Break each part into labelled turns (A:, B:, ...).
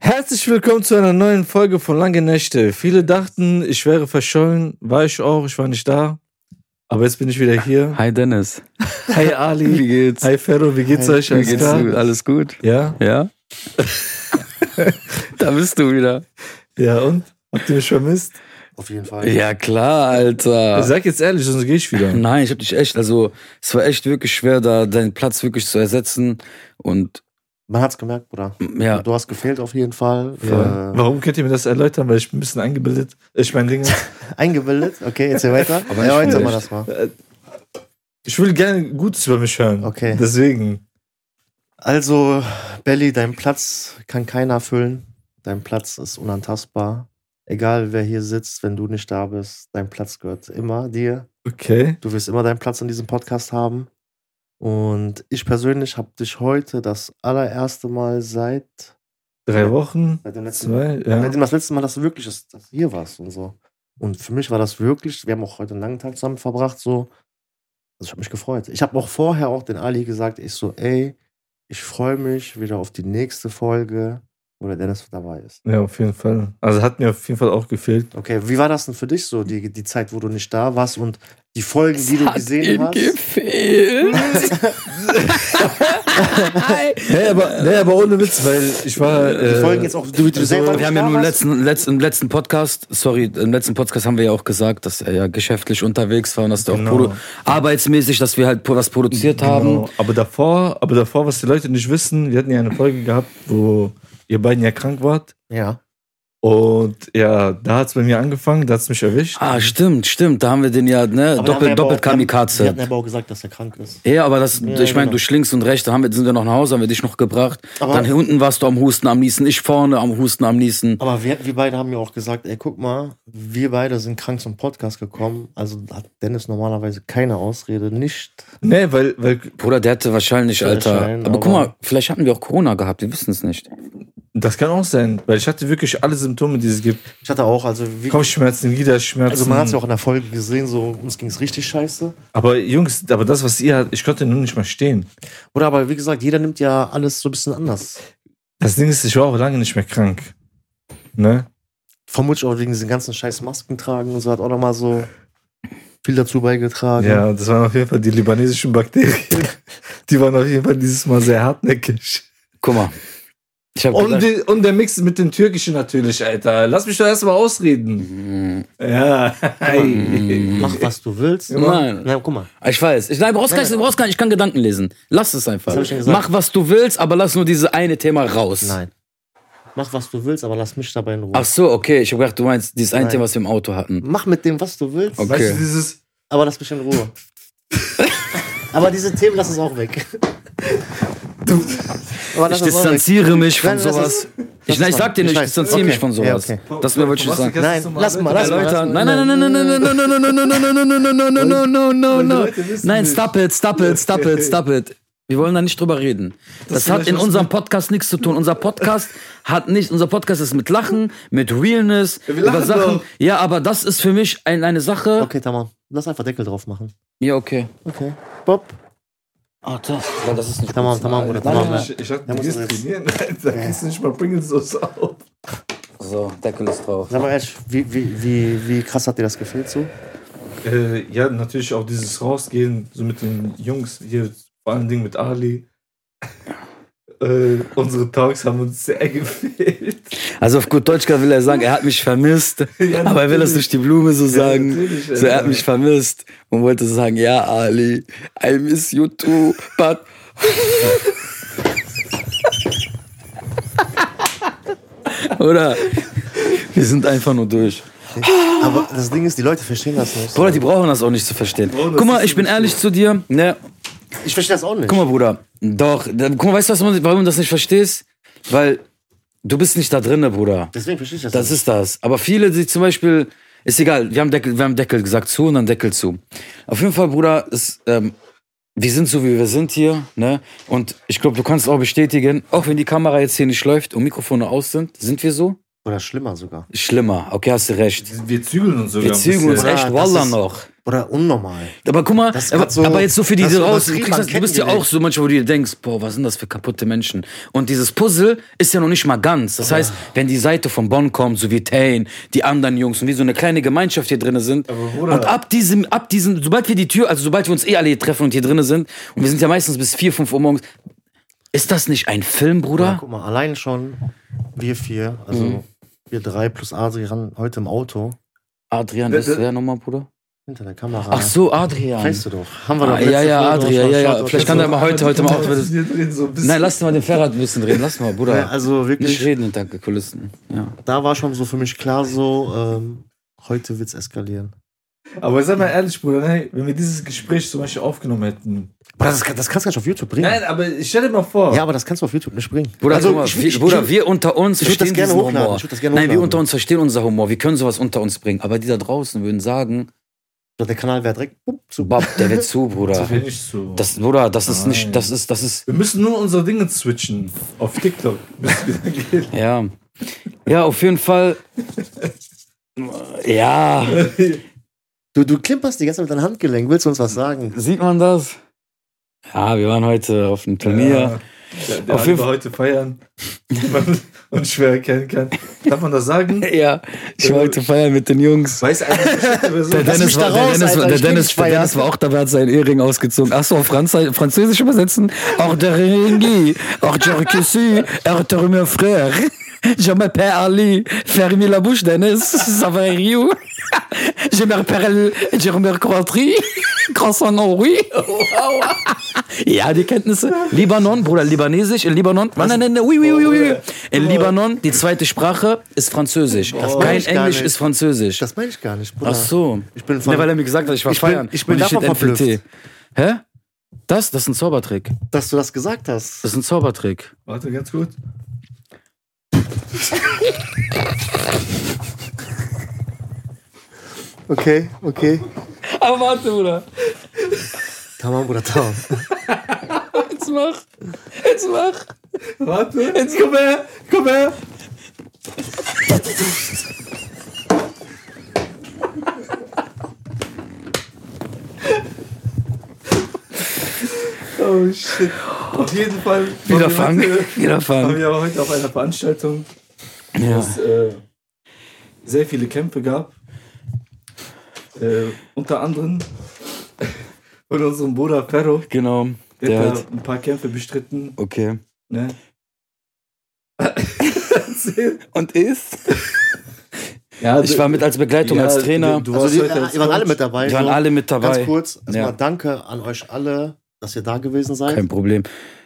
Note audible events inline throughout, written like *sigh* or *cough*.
A: Herzlich willkommen zu einer neuen Folge von Lange Nächte. Viele dachten, ich wäre verschollen. War ich auch, ich war nicht da. Aber jetzt bin ich wieder hier.
B: Hi
A: *laughs*
B: Dennis,
A: Hi Ali.
B: wie geht's?
A: Hi Ferro, wie geht's euch?
B: wie
A: Alles
B: geht's?
A: klar?
B: dir? Alles gut?
A: Ja? *laughs*
B: Ja? da bist du wieder.
A: Ja, und? Habt ihr mich vermisst?
C: Auf jeden Fall.
B: Ja klar, Alter.
A: Sag jetzt ehrlich, sonst gehe ich wieder.
B: Nein, ich hab dich echt, also es war echt wirklich schwer, da deinen Platz wirklich zu ersetzen. Und
C: Man hat's gemerkt, Bruder.
B: ja,
C: Du hast gefehlt auf jeden Fall.
A: Ja.
C: Äh,
A: Warum könnt ihr mir das erläutern? Weil ich bin ein bisschen eingebildet. äh, Ich mein Ding *laughs* ist,
C: eingebildet.
B: *laughs*
C: Okay, jetzt hier weiter.
B: Aber
C: ja,
B: ich
C: heute
B: will
C: mal
B: echt.
C: das mal.
A: ich will gerne Gutes über mich hören.
C: Okay.
A: Deswegen.
C: Also, Belly, dein Platz kann keiner füllen. Dein Platz ist unantastbar. Egal wer hier sitzt, wenn du nicht da bist, dein Platz gehört immer dir.
A: Okay.
C: Du wirst immer deinen Platz in diesem Podcast haben. Und ich persönlich habe dich heute das allererste Mal seit,
A: Drei Wochen.
C: seit dem letzten
A: Zwei. Ja.
C: Seitdem das letzte Mal, dass du wirklich dass dass du hier warst und so. Und für mich war das wirklich, wir haben auch heute einen langen Tag zusammen verbracht, so. Also ich habe mich gefreut. Ich habe auch vorher auch den Ali gesagt, ich so, ey, ich freue mich wieder auf die nächste Folge, wo der Dennis dabei ist.
A: ja, auf jeden Fall. Also hat mir auf jeden Fall auch gefehlt.
C: Okay, wie war das denn für dich so, die, die Zeit, wo du nicht da warst und die Folgen, die du
B: hat
C: gesehen
B: ihm
C: hast?
B: gefehlt.
A: Nee, aber, nee, aber ohne Witz, weil ich war.
C: Die
A: äh,
C: Folgen jetzt auch, du, du
A: also,
C: selber
B: Wir
C: nicht
B: haben
C: da
B: ja im
C: warst?
B: letzten, letzten, im letzten Podcast, sorry, im letzten Podcast haben wir ja auch gesagt, dass er ja geschäftlich unterwegs war und dass der
A: Genau.
B: auch produ- arbeitsmäßig, dass wir halt pro- was produziert haben.
A: Genau. Aber davor, aber davor, was die Leute nicht wissen, wir hatten ja eine Folge gehabt, wo ihr beiden ja krank wart.
C: Ja.
A: Und ja, da hat es bei mir angefangen, da hat es mich erwischt.
B: Ah, stimmt, stimmt. Da haben wir den ja, ne,
C: Aber da haben wir
B: doppelt,
C: aber
B: doppelt
C: auch- wir haben- Wir
B: Kamikaze.
C: hatten aber auch gesagt, dass er krank ist.
B: Ja, aber das, ich meine,
C: genau.
B: durch links und rechts, da haben wir, sind wir noch nach Hause, haben wir dich noch gebracht.
C: Aber-
B: Dann hier unten warst du am Husten am Niesen, ich vorne am Husten am Niesen.
C: Aber wir, wir beide haben ja auch gesagt, ey, guck mal, wir beide sind krank zum Podcast gekommen. Also hat Dennis normalerweise keine Ausrede, nicht.
A: Nee, weil, weil
B: Bruder, der hatte wahrscheinlich,
C: Ja,
B: Alter.
C: schein,
B: aber guck
C: aber-
B: mal, vielleicht hatten wir auch Corona gehabt, wir wissen es nicht.
A: das kann auch sein, weil ich hatte wirklich alle Symptome, die es gibt.
C: Ich hatte auch, also wie,
A: Kopfschmerzen, Gliederschmerzen.
C: also man hat es ja auch in der Folge gesehen, so uns ging es richtig scheiße.
A: Aber Jungs, aber das, was ihr hat, ich konnte nur nicht mal stehen.
C: Oder aber wie gesagt, jeder nimmt ja alles so ein bisschen anders.
A: Das Ding ist, ich war auch lange nicht mehr krank. Ne?
C: Vermutlich auch wegen diesen ganzen scheiß Masken tragen und so hat auch nochmal so viel dazu beigetragen.
A: Ja, das waren auf jeden Fall die libanesischen Bakterien. *laughs* Die waren auf jeden Fall dieses Mal sehr hartnäckig.
B: Guck mal. Ich hab
A: Und,
B: gedacht,
A: die, und der Mix mit den Türkischen natürlich, Alter. Lass mich doch erstmal ausreden. Mhm.
B: Mm,
A: Ja. Mhm.
C: Mach, was du willst.
B: Nein.
C: Nein, guck mal.
B: ich weiß. Ich, nein, brauchst gar nicht, brauchst gar nicht, ich kann Gedanken lesen. Lass es einfach.
C: Das hab ich schon gesagt.
B: Mach, was du willst, aber lass nur dieses eine Thema raus.
C: Nein. Mach, was du willst, aber lass mich dabei in Ruhe.
B: Ach so, okay. Ich habe gedacht, du meinst dieses eine
C: Nein.
B: Thema, was wir im Auto hatten.
C: Mach mit dem, was du willst.
B: Okay.
A: Weißt du, dieses.
C: Aber lass mich in Ruhe. Aber diese Themen lass uns auch weg. Aber lass
B: Ich
C: uns auch weg.
B: distanziere mich von
C: Nein, lass
B: sowas.
C: lass
B: Ich, nein, ich
C: es
B: sag dir nicht,
C: machen. Ich
B: ich
C: weiß.
B: distanziere
C: Okay.
B: mich von sowas.
C: Ja, okay.
B: Das wollte ich
A: Vom
B: sagen.
A: Basketball
C: Nein,
A: zum
C: lass mal, lass mal.
B: Erläutern. Nein, nein, nein, nein, nein, nein, nein, nein, nein, nein, nein, nein, nein, nein, nein, nein, nein, nein, nein, nein,
A: Leute wissen
B: nein,
A: nicht.
B: stop it, stop it, stop it, stop it. Wir wollen da nicht drüber reden. Das,
A: ist
B: hat
A: vielleicht
B: in
A: was
B: unserem Podcast nichts zu tun. Unser Podcast hat nicht, unser Podcast ist mit Lachen, mit Realness,
A: wir
B: über
A: lachen
B: Sachen.
A: doch.
B: Ja, aber das ist für mich ein, eine Sache.
C: Okay, Tamam. Lass einfach Deckel drauf machen.
B: Ja, okay.
C: Okay. Bob.
B: Ah, das, das ist nicht
C: Tamam, Tamam, Bruder, Tamam.
A: Ich, ich hatte
C: Da
A: du
C: muss
A: gehst
C: man jetzt-
A: trainieren, Alter. Da kriegst du nicht mal Pringles Sauce auf.
B: So, Deckel ist drauf.
C: Sag mal ehrlich, wie, wie, wie, wie krass hat dir das gefehlt so?
A: Äh, ja, natürlich auch dieses Rausgehen, so mit den Jungs hier, vor allen Dingen mit Ali. *laughs* Äh, unsere Talks haben uns sehr gefehlt.
B: Also auf gut Deutsch will er sagen, er hat mich vermisst,
A: *laughs* Ja,
B: aber er will das durch die Blume so sagen.
A: natürlich,
B: so, er hat
A: Alter.
B: mich vermisst und wollte sagen, ja, Ali, I miss you too, but... *laughs* Oder wir sind einfach nur durch.
C: Aber das Ding ist, die Leute verstehen das nicht.
B: Bruder, die brauchen das auch nicht zu verstehen.
A: das
B: Guck mal,
A: ist
B: ich bin ehrlich zu dir. Ne,
C: Ich verstehe das auch nicht.
B: Guck mal, Bruder. Doch, da- guck mal, weißt du, was man, warum du das nicht verstehst? Weil du bist nicht da drinne, Bruder.
C: Deswegen verstehe ich das,
B: Das
C: nicht.
B: ist das. Aber viele, die zum Beispiel, ist egal, wir haben Deckel, wir haben Deckel gesagt zu und dann Deckel zu. Auf jeden Fall, Bruder, ist, ähm, wir sind so, wie wir sind hier, ne? Und ich glaube, du kannst auch bestätigen, auch wenn die Kamera jetzt hier nicht läuft und Mikrofone aus sind, sind wir so?
C: Oder schlimmer sogar.
B: Schlimmer. Okay, hast du recht.
A: Wir zügeln uns sogar.
B: Wir
A: ein
B: zügen uns
A: bisschen.
C: Ja,
B: echt
C: das
B: Walla
C: ist-
B: noch.
C: Oder unnormal.
B: Aber guck mal,
C: Das
B: aber,
C: hat so-
B: aber jetzt so für die,
C: das
B: die
C: ist
B: draußen, du,
C: übertrieben
B: kriegst das,
C: an
B: du bist ja
C: Ketten
B: auch so manchmal, wo du dir denkst, boah, was sind das für kaputte Menschen? Und dieses Puzzle ist ja noch nicht mal ganz. Das heißt, wenn die Seite von Bonn kommt, so wie Tane, die anderen Jungs und wie so eine kleine Gemeinschaft hier drin sind.
A: Aber Bruder-
B: Und ab diesem, ab diesem, sobald wir die Tür, also sobald wir uns eh alle hier treffen und hier drin sind, und wir sind ja meistens bis 4, 5 Uhr morgens, ist das nicht ein Film,
C: Ja,
B: Bruder?
C: guck mal, allein schon wir vier, also
B: Mhm.
C: wir drei plus Adrian heute im Auto
B: Adrian,
A: Da-
B: ist
A: da-
B: der nochmal, Bruder?
C: hinter der Kamera.
B: Ach so, Adrian.
C: Ah. Weißt du doch. Haben wir doch
B: Ah, ja,
C: letzte
B: ja, Adrian,
C: Folge
B: ja,
C: auch schon
B: ja.
C: geschaut,
B: Vielleicht
C: ob
B: kann
C: das
B: er mal heute, heute
C: *laughs*
B: mal auch. Nein,
A: Nein,
B: lass mal den Ferrat ein bisschen reden. Lass mal,
C: so-
B: Bruder.
C: Also
B: Nicht
C: wirklich,
B: reden hinter den Kulissen. Ja.
C: da war schon so für mich klar so, ähm, heute wird's eskalieren.
A: Aber sag mal ehrlich, Bruder, hey, wenn wir dieses Gespräch zum Beispiel aufgenommen hätten.
C: Aber das, kann- das kannst du nicht auf YouTube bringen.
A: Nein, aber ich stell dir mal vor.
C: Ja, aber das kannst du auf YouTube nicht bringen.
B: Bruder, guck mal,
C: Also, ich-
B: wir,
C: ich-
B: Bruder,
C: ich-
B: wir unter uns
C: ich würd das
B: verstehen
C: gerne
B: diesen
C: hochladen,
B: Humor.
C: ich würd das gerne
B: Nein, wir
C: hochladen.
B: unter uns verstehen unser Humor. Wir können sowas unter uns bringen. Aber die da draußen würden sagen,
C: Der Kanal wäre direkt bumm, zu.
B: Bab, der wird zu,
A: Das
B: Bruder.
A: will ich so.
B: Das, Bruder, das ist
A: Nein.
B: nicht, das ist, das ist,
A: wir müssen nur unsere Dinge switchen. Auf TikTok. Bis wieder geht.
B: ja. Ja, auf jeden Fall. Ja.
C: Du, du klimperst die ganze Zeit mit deinem Handgelenk. Willst du uns was sagen?
B: Sieht man das? Ja, wir waren heute auf dem Turnier.
A: Ja. Der, der
B: Auf
A: auf jeden
B: jeden Fall-
A: heute feiern. *laughs* die man uns schwer erkennen kann. Darf man das sagen?
B: Ja, ich war heute feiern mit den Jungs.
A: Weiß eigentlich nicht, wer so
B: Der
C: Lass
B: Dennis,
C: mich da
B: war, der,
C: raus,
B: Dennis,
C: Alter,
B: war- der,
C: ich will
B: Dennis,
C: nicht
B: der
C: feiern.
B: Dennis war auch dabei, hat seinen Ehering ausgezogen. Achso, auf Franz, Französisch übersetzen. Auch der Ringi, auch Jerkissi, Ertor meu frère. Je m'appelle Ali, ferme la bouche, Dennis, *laughs* ça va Rio. Je m'appelle, je me croiserai, *laughs* croissant en oui. *laughs* Ja, die Kenntnisse. Libanon, Bruder, Libanesisch, in Libanon. Nein, nein, nein, nein, oui, oui, oui,
C: Oh,
B: oui. In Libanon, die zweite Sprache ist Französisch.
C: meine
B: Kein
C: ich Oh. gar
B: Englisch
C: nicht.
B: ist Französisch.
C: Das meine ich gar nicht, Bruder.
B: Ach so.
C: Ich bin von-
B: Nee, Ne, weil er mir gesagt hat, ich war
C: Ich bin-
B: feiern.
C: ich bin
B: Und steht
C: davon
B: NPT. Hä? Das, das ist ein Zaubertrick.
C: Dass du das gesagt hast.
B: Das ist ein Zaubertrick.
A: Warte, ganz gut.
C: Okay, okay.
B: Aber warte, Bruder.
C: Tamam, Bruder, tamam.
B: Jetzt mach. Jetzt mach.
A: Warte. Jetzt komm her. Komm her. Oh shit. Auf jeden Fall.
B: Wieder
A: *laughs*
B: fangen.
A: Heute,
B: Wieder
A: waren
B: fangen.
A: wir heute auf einer Veranstaltung, wo
B: Ja.
A: es äh, sehr viele Kämpfe gab. Äh, unter anderem *laughs* von unserem Bruder Ferro.
B: Genau.
A: Der,
B: Der
A: hat
B: halt.
A: da ein paar Kämpfe bestritten.
B: Okay.
A: Ne?
B: *laughs*
A: Erzähl.
B: Und ist?
A: Ja,
B: Ich war mit als Begleitung,
A: Also, Ja,
B: als Trainer.
A: du- du
C: Also,
A: warst
C: die,
A: heute als
C: ihr waren alle
A: Coach.
C: mit dabei.
B: Die waren
C: so.
B: alle mit dabei.
C: Ganz kurz, erstmal
B: Ja.
C: danke an euch alle, dass ihr da gewesen seid.
B: Kein Problem.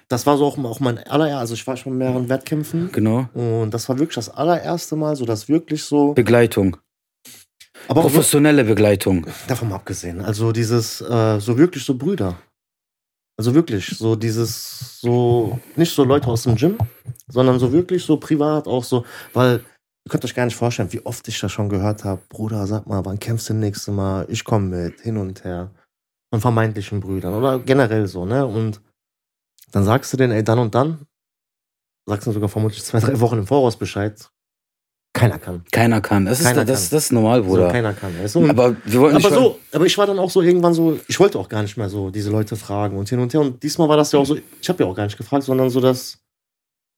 C: Das war so auch, auch mein allererster, also ich war schon in mehreren Wettkämpfen.
B: Genau.
C: Und das war wirklich das allererste Mal, so dass wirklich so.
B: Begleitung.
C: Aber auch wirklich,
B: Professionelle Begleitung.
C: davon mal abgesehen. Also dieses, äh, so wirklich so Brüder. Also wirklich, so dieses, so, nicht so Leute aus dem Gym, sondern so wirklich so privat auch so, weil ihr könnt euch gar nicht vorstellen, wie oft ich das schon gehört habe, Bruder, sag mal, wann kämpfst du das nächste Mal? Ich komme mit, hin und her. Von vermeintlichen Brüdern oder generell so, ne? Und dann sagst du denen, ey, dann und dann, sagst du sogar vermutlich zwei, drei Wochen im Voraus Bescheid. Keiner kann.
B: Keiner kann. Das ist,
C: Keiner
B: das,
C: kann.
B: Das, ist normal,
C: So,
B: Bruder.
C: keiner kann. Weißt du? Und-
B: aber wir wollten
C: aber
B: nicht.
C: so, aber ich war dann auch so irgendwann so, ich wollte auch gar nicht mehr so diese Leute fragen und hin und her. Und diesmal war das ja auch so, ich habe ja auch gar nicht gefragt, sondern so, dass,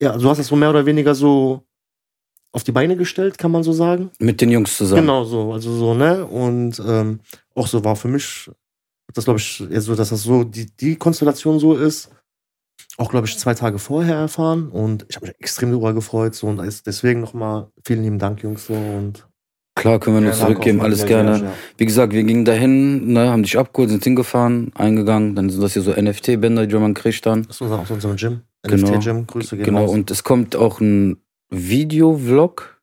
C: ja, du hast das so mehr oder weniger so auf die Beine gestellt, kann man so sagen.
B: Mit den Jungs zusammen.
C: Genau so, also so, ne? Und ähm, auch so war für mich, das glaube ich, eher so, dass das so, die, die Konstellation so ist. Auch, glaube ich, zwei Tage vorher erfahren und ich habe mich extrem darüber gefreut. So, und als- deswegen nochmal vielen lieben Dank, Jungs. So, und
B: Klar, können wir nur
A: Ja,
B: zurückgeben,
A: danke auch,
B: alles
A: sehr
B: gerne.
A: gerne.
B: Wie gesagt, wir gingen dahin, ne, haben dich abgeholt, sind hingefahren, eingegangen, dann sind das hier so NFT-Bänder, die man kriegt dann.
C: das war aus unserem Gym,
B: Genau.
C: NFT-Gym. Grüße gehen
B: Genau,
C: raus.
B: und es kommt auch ein Videovlog.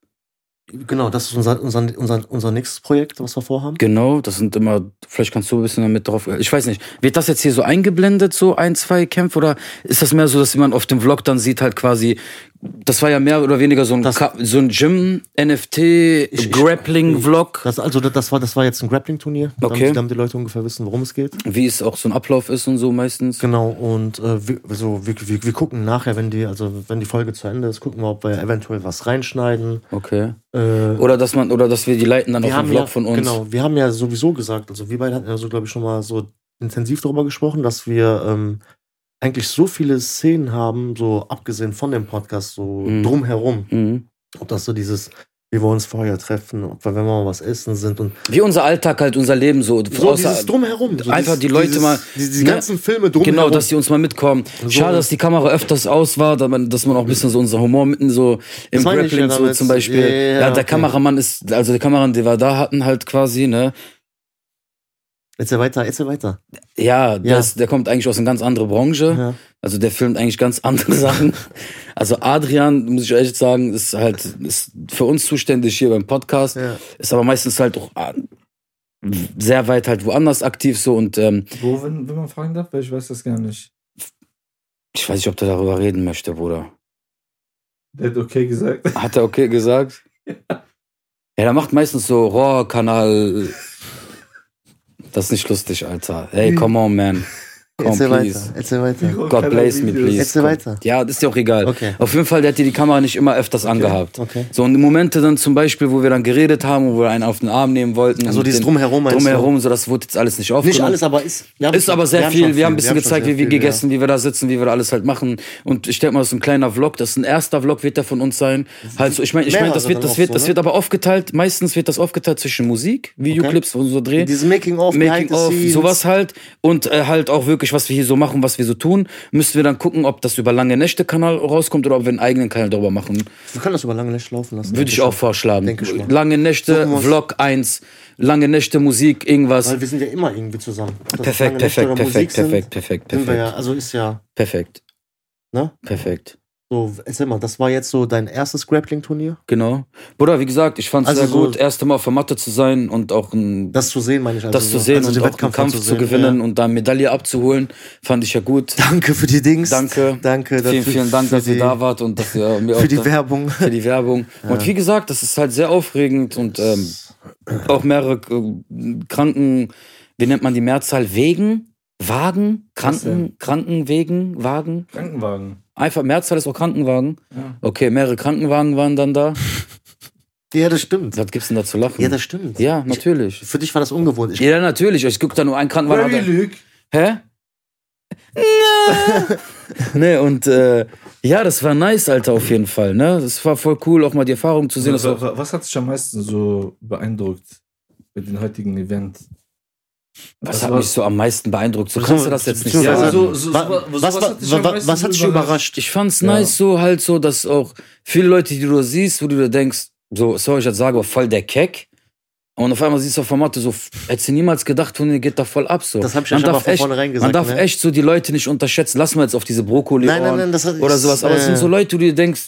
C: Genau, das ist unser, unser, unser, unser nächstes Projekt, was wir vorhaben.
B: Genau, das sind immer, vielleicht kannst du ein bisschen damit drauf, ich weiß nicht, wird das jetzt hier so eingeblendet, so ein, zwei Kämpfe, oder ist das mehr so, dass jemand auf dem Vlog dann sieht halt quasi, das war ja mehr oder weniger so ein,
C: Das-
B: Ka- so ein
C: ich-
B: Gym-NFT-Grappling-Vlog,
C: Das, also, das war, das war jetzt ein Grappling-Turnier,
B: Okay.
C: damit, damit die Leute ungefähr wissen, worum es geht.
B: wie es auch so ein Ablauf ist und so meistens.
C: Genau, und äh, wir, so, wir, wir, wir gucken nachher, wenn die, also wenn die Folge zu Ende ist, gucken wir, ob wir eventuell was reinschneiden.
B: Okay.
C: Äh,
B: Oder dass man, oder dass wir die leiten dann auf den Vlog
C: ja,
B: von uns.
C: Genau, wir haben ja sowieso gesagt, also wir beide hatten ja so, glaube ich, schon mal so intensiv darüber gesprochen, dass wir ähm, eigentlich so viele Szenen haben, so abgesehen von dem Podcast, so
B: Mhm.
C: drumherum.
B: Mhm.
C: Ob das so dieses, wie wir uns vorher treffen, ob wir, wenn wir mal was essen sind und
B: Wie unser Alltag halt, unser Leben so.
C: so
B: außer-
C: dieses drumherum. So
B: einfach
C: dieses,
B: die Leute
C: dieses,
B: mal-
C: Die, die
B: ne?
C: ganzen Filme drumherum.
B: Genau, dass die uns mal mitkommen.
C: So
B: Schade,
C: ist-
B: dass die Kamera öfters aus war, dass man, dass man auch ein bisschen so unser Humor mitten so im
C: Das meine ich ja
B: Grappling so
C: damit.
B: zum Beispiel.
C: Ja,
B: Ja,
C: ja, ja,
B: der
C: okay.
B: Kameramann ist, also der Kameramann, den wir da hatten, halt quasi, ne?
C: Erzähl weiter, erzähl weiter.
B: Ja, Der,
C: Ja.
B: ist, der kommt eigentlich aus einer ganz anderen Branche.
C: Ja.
B: Also der filmt eigentlich ganz andere *laughs* Sachen. Also Adrian, muss ich echt sagen, ist halt ist für uns zuständig hier beim Podcast.
C: Ja.
B: Ist aber meistens halt auch ah, sehr weit halt woanders aktiv so und ähm,
A: Wo, wenn, wenn man fragen darf, weil ich weiß das gar nicht.
B: ich weiß nicht, ob der darüber reden möchte, Bruder.
A: Der hat okay *laughs* gesagt.
B: Hat er okay gesagt? Ja, der macht meistens so Rohrkanal. Das ist nicht lustig, Alter. Hey, come on, man. Come,
C: Hm. Erzähl
B: please.
C: weiter, erzähl weiter.
B: God bless me, please.
C: Erzähl
B: Komm.
C: weiter.
B: Ja, das ist ja auch egal.
C: Okay.
B: Auf jeden Fall, der hat dir die Kamera nicht immer öfters angehabt.
C: Okay.
B: So, und die Momente dann zum Beispiel, wo wir dann geredet haben, wo wir einen auf den Arm nehmen wollten.
C: Also
B: und
C: dieses
B: den-
C: Drumherum meinst du?
B: Drumherum, so, das wurde jetzt alles nicht aufgenommen.
C: Nicht alles, aber ist. wir haben-
B: Genau. Ist aber sehr
C: wir haben
B: viel.
C: schon
B: Wir haben ein bisschen
C: schon
B: gezeigt,
C: sehr
B: wie wir
C: viel, ja.
B: gegessen, wie wir da sitzen, wie wir da alles halt machen. Und ich denke mal, das ist ein kleiner Vlog. Das ist ein erster Vlog, wird der von uns sein. Halt so, ich meine, ich meine,
C: Mehrere
B: das wird,
C: dann
B: das
C: auch
B: wird,
C: so,
B: das
C: ne?
B: wird aber aufgeteilt. Meistens wird das aufgeteilt zwischen Musik, Videoclips von unser Dreh.
C: Dieses Making of,
B: Making
C: Behind the
B: of,
C: Scenes.
B: sowas halt und äh, halt auch wirklich, was wir hier so machen, was wir so tun, müssen wir dann gucken, ob das über lange Nächte Kanal rauskommt oder ob wir einen eigenen Kanal darüber machen.
C: Wir können das über lange nicht laufen lassen.
B: Würde ich auch vorschlagen.
C: Denke ich mal.
B: Lange Nächte,
C: Suchen wir uns-
B: Vlog 1, lange Nächte, Musik, irgendwas.
C: Weil wir sind ja immer irgendwie zusammen. Ob das
B: Perfekt,
C: lange Nächte
B: perfekt,
C: oder Musik
B: perfekt,
C: sind,
B: perfekt, perfekt,
C: Sind wir ja,
B: perfekt,
C: also ist ja,
B: perfekt,
C: ne?
B: perfekt.
C: So, erzähl mal, das war jetzt so dein erstes Grappling-Turnier.
B: Genau. Bruder, wie gesagt, ich fand's
C: Also
B: sehr
C: so-
B: gut, erste Mal auf der Matte zu sein und auch ein, das,
C: Das zu sehen, meine ich. Also so,
B: zu sehen
C: also
B: und
C: den
B: auch einen Kampf
C: dann
B: zu,
C: sehen,
B: gewinnen
C: Ja.
B: und dann Medaille abzuholen, fand ich ja gut.
C: Danke für die Dings.
B: Danke.
C: Danke.
B: vielen,
C: dafür-
B: vielen Dank,
C: für
B: dass ihr
C: die-
B: da wart und dass ihr mir auch
C: Für die
B: da-
C: Werbung.
B: für die Werbung. Und wie gesagt, das ist halt sehr aufregend und ähm, auch mehrere äh, Kranken, wie nennt man die Mehrzahl? Wegen? Wagen? Kranken? Krankenwegen? Wagen?
A: Krankenwagen.
B: Einfach, Mehrzahl ist auch Krankenwagen.
A: Ja.
B: Okay, mehrere Krankenwagen waren dann da.
C: Ja, das stimmt.
B: Was gibt's denn da zu lachen?
C: Ja, das stimmt.
B: Ja, natürlich.
C: Für dich war das ungewohnt. Ich,
B: Ja, natürlich. Es gibt da nur einen Krankenwagen.
A: Very Luke.
B: Hä? *laughs* ne, und äh, ja, das war nice, Alter, auf jeden Fall. Ne? Das war voll cool, auch mal die Erfahrung zu sehen. Das war,
A: Wa- wa- Was hat dich am meisten so beeindruckt bei dem heutigen Event?
B: was
A: Was
B: hat
A: war-
B: mich so am meisten beeindruckt? So kannst du das jetzt nicht
C: Ja,
B: sagen.
A: also so- so-
C: wa-
A: so-
C: was,
A: was
C: war-
A: hat dich am
C: wa-
A: meisten
C: was hat dich überrascht?
B: ich fand's
A: Ja.
B: nice, so halt so, dass auch viele Leute, die du da siehst, wo du da denkst, so, sorry, ich jetzt sage, aber voll der Keck. Und auf einmal siehst du auf Formate so, hättest du niemals gedacht, Hunde geht da voll ab. So.
C: Das hab ich
B: Man
C: euch aber
B: darf
C: von
B: echt-
C: vornherein
B: Man
C: gesagt,
B: darf
C: ne?
B: echt so die Leute nicht unterschätzen. Lass mal jetzt auf diese Brokkoli
C: Nein, nein, nein, das hat-
B: oder sowas. Aber es sind
C: äh,
B: so Leute, wo du dir denkst,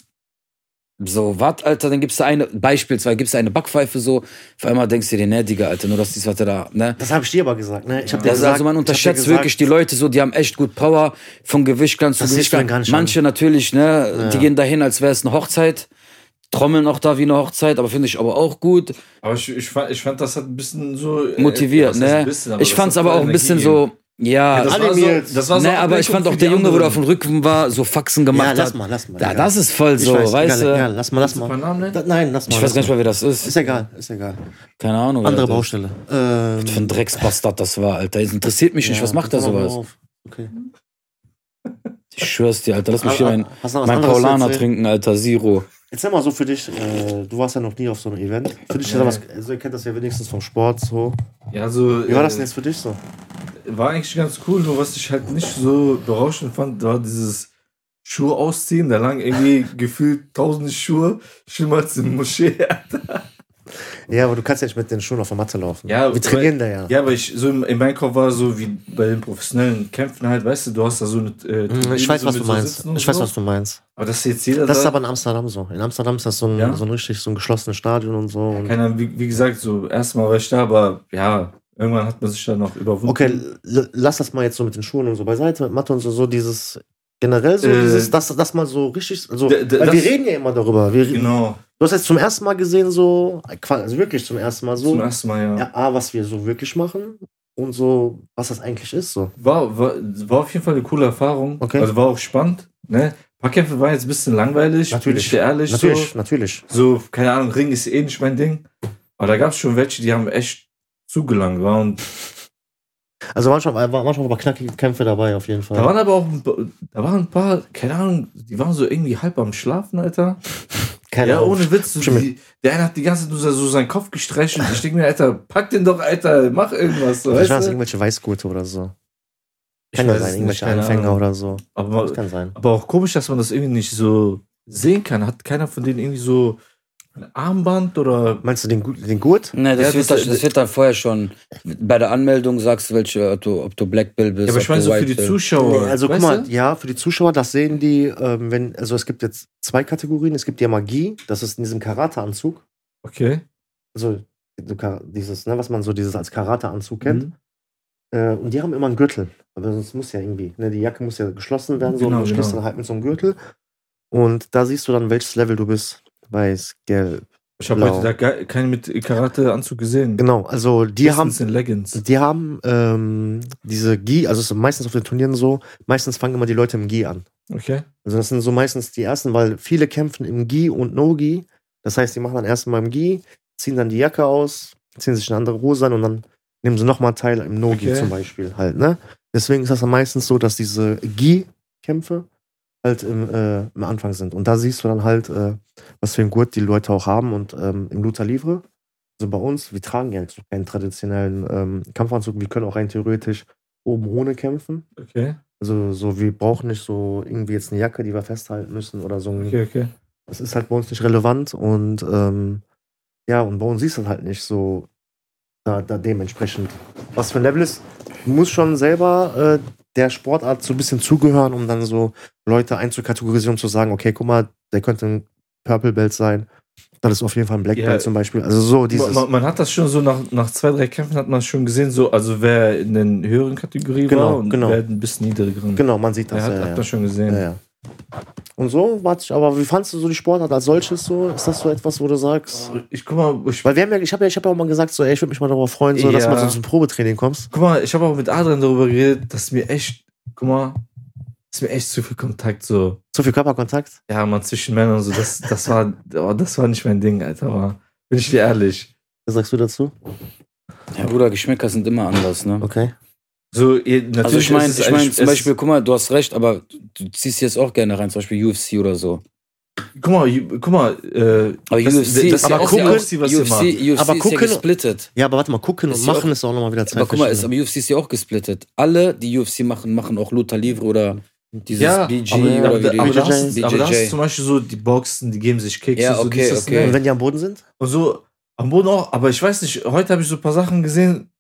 B: so, was, Alter, dann gibst du eine, beispielsweise gibst du eine Backpfeife so, auf einmal denkst du dir, ne, Digga, Alter, nur dass dies, was der da, ne?
C: Das habe ich dir aber gesagt. Ne? Ich hab dir
B: Das,
C: gesagt
B: also man
C: ich hab dir
B: unterschätzt
C: gesagt,
B: wirklich die Leute so, die haben echt gut Power von Gewichtglanz zu
C: Das siehst du dann gar
B: Gewichtglanz.
C: nicht
B: Manche
C: an.
B: natürlich, ne, die gehen dahin, als wäre es eine Hochzeit, trommeln auch da wie eine Hochzeit, aber finde ich aber auch gut,
A: Aber ich, ich, fand, ich fand, das hat ein bisschen so. äh,
B: motiviert,
A: was heißt ein
B: ne.
A: bisschen, aber
B: ich
A: das
B: fand's
A: hat
B: aber auch ein
A: Energie
B: bisschen
A: gegeben.
B: so, ja,
A: Das
C: Alle
A: war so,
C: Mädels.
A: das war so
B: ne, aber ich
A: Ablenkung
B: fand auch
A: für
B: der
A: die
B: Junge, wo
A: anderen.
B: der auf dem Rücken war, so Faxen gemacht
C: Ja, lass
B: hat.
C: mal, lass mal.
B: Ja,
C: ja.
B: das ist voll
C: Ich
B: so,
C: weiß,
B: weißt
C: egal. Ja,
B: du?
C: lass mal, lass
A: Ein
C: mal.
A: paar Namen nennen?
C: Da, nein, lass mal.
B: Ich weiß
C: lass
B: gar nicht
C: mal.
B: mal, wer das ist.
C: Ist egal, ist egal.
B: Keine Ahnung.
C: Andere
B: wer das ist.
C: Baustelle. Ähm,
B: Für ein Drecksbastard das war, Alter. Das interessiert mich nicht.
C: ja,
B: Was macht der
C: komm mal
B: sowas?
C: auf. Okay.
B: Ich schwör's dir, Alter. Lass mich
C: Ah,
B: hier
C: ah,
B: mein,
C: hast du noch was
B: mein
C: anderes zu
B: Paulaner
C: erzählen?
B: trinken, Alter. Zero.
C: Jetzt sag mal so für dich, äh, du warst ja noch nie auf so einem Event. Für dich ist
A: Nee.
C: ja was, also ihr kennt das ja wenigstens vom Sport so.
A: Ja, so.
C: Wie war
A: äh,
C: das denn jetzt für dich so?
A: War eigentlich ganz cool, nur was ich halt nicht so berauschend fand, war dieses Schuhe ausziehen. Da lagen *laughs* irgendwie gefühlt tausend Schuhe, schlimmer als eine Moschee.
C: Ja, aber du kannst ja nicht mit den Schuhen auf der Matte laufen.
A: Ja,
C: Wir trainieren da ja.
A: Ja, aber ich, so im, in meinem Kopf war so wie bei den professionellen Kämpfen halt, weißt du, du hast da so eine. Äh,
C: Hm,
A: Tribüne
C: Ich weiß,
A: so
C: was du
A: mit so
C: meinst.
A: Sitzen und
C: Ich weiß,
A: so.
C: was du meinst.
A: Aber das ist jetzt jeder.
C: Das ist
A: da-
C: aber in Amsterdam so. In Amsterdam ist das so ein,
A: Ja?
C: so ein richtig, so ein geschlossenes Stadion und so. Und
A: Keine Ahnung, wie, wie gesagt, so erstmal war ich da, aber ja, irgendwann hat man sich da noch überwunden.
C: Okay, l- lass das mal jetzt so mit den Schuhen und so beiseite, mit Mathe und so, so dieses, Generell so
A: Äh,
C: dieses, dass das mal so richtig, also,
A: D- d-
C: weil wir
A: das-
C: reden ja immer darüber. Wir,
A: Genau,
C: Du hast jetzt zum ersten Mal gesehen, so, also wirklich zum ersten Mal so,
A: zum ersten Mal, ja.
C: ja, A, was wir so wirklich machen und so, was das eigentlich ist, so.
A: War, war, war auf jeden Fall eine coole Erfahrung.
C: Okay.
A: Also war auch spannend. Ne? Ein paar Kämpfe waren jetzt ein bisschen langweilig, bin ich
C: Natürlich.
A: dir ehrlich.
C: Natürlich, natürlich.
A: So. so, keine Ahnung, Ring ist eh nicht mein Ding. Aber da gab es schon welche, die haben echt zugelangt. Waren.
C: Also manchmal, war- manchmal war knackige Kämpfe dabei, auf jeden Fall.
A: Da waren aber auch ein, paar- da waren ein paar, keine Ahnung, die waren so irgendwie halb am Schlafen, Alter.
C: Keine
A: ja,
C: Ahnung.
A: ohne Witz. So
C: Schimmel.
A: die, der eine hat die ganze Zeit nur so seinen Kopf gestreichelt. Ich denke mir, Alter, pack den doch, Alter, mach irgendwas. So,
C: Vielleicht waren
A: weißt
C: es
A: du?
C: irgendwelche Weißgurte oder so.
A: Ich
C: Kann ja
A: weiß
C: sein,
A: es
C: irgendwelche
A: nicht, keine
C: Anfänger
A: Ahnung.
C: oder so.
A: Aber,
C: Das kann sein.
A: aber auch komisch, dass man das irgendwie nicht so sehen kann. Hat keiner von denen irgendwie so ein Armband oder.
C: Meinst du den, Gu- den Gurt?
B: Nee, das,
A: Ja,
B: wird,
A: das-
B: das, das wird dann vorher schon bei der Anmeldung sagst du, welche, ob du, ob du Black Bill bist.
A: Ja, aber ich
B: ob
A: meine
B: du
A: so
B: White
A: für die
B: Bill.
A: Zuschauer.
C: Nee, also guck
A: weißt
C: mal,
A: du?
C: ja, für die Zuschauer, das sehen die, ähm, wenn, also es gibt jetzt zwei Kategorien. Es gibt ja Magie, das ist in diesem Karate-Anzug.
A: Okay.
C: Also so Ka- dieses, ne, was man so dieses als Karate-Anzug kennt.
A: Mhm.
C: Äh, und die haben immer einen Gürtel. Aber sonst muss ja irgendwie, ne, die Jacke muss ja geschlossen werden, so
A: Genau,
C: und du stehst
A: genau.
C: dann halt mit so einem Gürtel. Und da siehst du dann, welches Level du bist. Weiß, gelb.
A: Ich habe
C: Blau.
A: heute da ge- keinen mit Karate-Anzug gesehen.
C: Genau, also die haben.
A: Höchstens in Leggings.
C: Die haben ähm, diese Gi, also es ist meistens auf den Turnieren so, meistens fangen immer die Leute im Gi an.
A: Okay.
C: Also das sind so meistens die ersten, weil viele kämpfen im Gi und No-Gi. Das heißt, die machen dann erstmal im Gi, ziehen dann die Jacke aus, ziehen sich eine andere Hose an und dann nehmen sie nochmal teil im No-Gi
A: Okay.
C: zum Beispiel halt, ne? Deswegen ist das dann meistens so, dass diese Gi-Kämpfe halt im, äh, im Anfang sind. Und da siehst du dann halt, äh, was für einen Gurt die Leute auch haben und ähm, im Luther Livre. Also bei uns, wir tragen ja jetzt noch keinen traditionellen ähm, Kampfanzug. Wir können auch rein theoretisch oben ohne kämpfen.
A: Okay.
C: Also so, wir brauchen nicht so irgendwie jetzt eine Jacke, die wir festhalten müssen oder so. ein-
A: Okay, okay.
C: Das ist halt bei uns nicht relevant und ähm, ja, und bei uns siehst du halt nicht so da, da dementsprechend. Was für ein Level ist, du musst schon selber äh, der Sportart so ein bisschen zugehören, um dann so Leute einzukategorisieren, um zu sagen, okay, guck mal, der könnte ein Purple Belt sein. Das ist auf jeden Fall ein Black
A: Ja.
C: Belt zum Beispiel. Also so dieses.
A: Man, man, man hat das schon so nach, nach zwei, drei Kämpfen hat man schon gesehen, so, also wer in den höheren Kategorien war
C: Genau,
A: und
C: genau.
A: wer ein bisschen niedrigeren.
C: Genau, man sieht
A: Der
C: das.
A: hat,
C: ja,
A: hat
C: ja.
A: man schon gesehen.
C: Ja, ja. Und so, warte, aber wie fandst du so die Sportart als solches so? Ist das so etwas, wo du sagst?
A: Ich guck mal, ich,
C: Weil wir haben ja, ich habe ja, ich hab ja auch mal gesagt, so, ey, ich würde mich mal darüber freuen, so, dass
A: Ja.
C: mal so zum Probetraining kommst.
A: guck mal, ich habe auch mit Adrian darüber geredet, dass mir echt, guck mal, dass mir echt zu viel Kontakt so,
C: Zu viel Körperkontakt.
A: ja, man zwischen Männern und so, das, das war, aber das war nicht mein Ding, Alter, aber bin ich dir ehrlich.
C: Was sagst du dazu?
B: Ja, Bruder, Geschmäcker sind immer anders, ne?
C: Okay.
A: So, ihr, natürlich
B: Also ich meine,
A: ist es
B: ich meine
A: eigentlich-
B: zum
A: es-
B: Beispiel, guck mal, du hast recht, aber du ziehst jetzt auch gerne rein, zum Beispiel UFC oder so.
A: guck mal, ju- guck mal, äh,
B: Aber
A: das-
B: UFC
A: das-
B: ist ja
A: aber
B: auch- ist ja
A: gucken
B: auch,
A: sie, was sie
B: UFC,
A: machen.
B: UFC
C: Aber
B: ist ja
C: gucken-
B: gesplittet.
C: Ja, aber warte mal, gucken
B: Ist
C: und
B: ja
C: machen ist auch nochmal wieder zwei
B: Aber guck mal, ist,
C: verschiedene.
B: aber UFC ist ja auch gesplittet. Alle, die UFC machen, machen auch Luther Livre oder dieses
A: Ja,
B: BG
C: aber-
B: oder
A: aber,
B: wie die-
A: aber, da hast,
B: BJJ.
A: aber da hast du zum Beispiel so die Boxen, die geben sich Kicks.
B: Ja,
A: und so,
B: okay,
A: dies, das,
B: okay.
A: ne?
C: Und wenn die am Boden sind?
A: Und so am Boden auch, aber ich weiß nicht, heute habe ich so ein paar Sachen gesehen.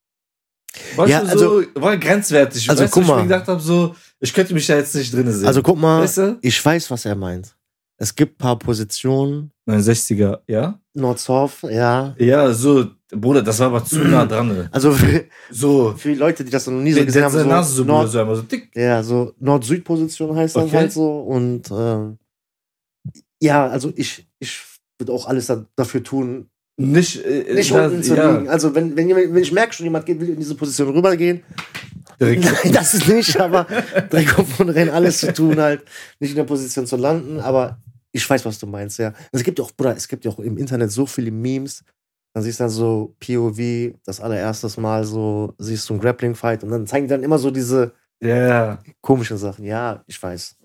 A: Weißt
C: Ja,
A: du, so, war grenzwertig.
C: Also,
A: weißt
C: guck
A: du, wo ich
C: mal.
A: mir gedacht habe, so, ich könnte mich da jetzt nicht drin sehen.
C: Also guck mal,
A: weißt du?
C: ich weiß, was er meint. Es gibt ein paar Positionen.
A: 69er, ja?
C: North South, ja.
A: Ja, so, Bruder, das war aber zu
C: *clears throat*
A: nah dran. Ne?
C: Also *laughs* für,
A: So,
C: für die Leute, die das noch nie so
A: der der
C: gesehen
A: hat
C: haben, so,
A: seine Nase so, Bruder,
C: Nord,
A: so einmal so dick.
C: Ja, so Nord-Süd-Position heißt das
A: Okay.
C: halt so. Und ähm, ja, also ich, ich würde auch alles da, dafür tun,
A: Nicht, äh,
C: nicht
A: da-
C: unten zu
A: ja,
C: liegen. Also wenn, wenn, jemand, wenn ich merke schon, jemand geht, will in diese Position rübergehen,
A: *laughs* Direkt.
C: *laughs* nein, das ist nicht, aber direkt auf und rennen alles zu tun halt, nicht in der Position zu landen, aber ich weiß, was du meinst, ja. Es gibt ja auch, Bruder, es gibt ja auch im Internet so viele Memes, dann siehst du dann so POV, das allererstes Mal so, siehst du einen Grappling-Fight und dann zeigen die dann immer so diese
A: Ja.
C: komischen Sachen. Ja, ich weiß.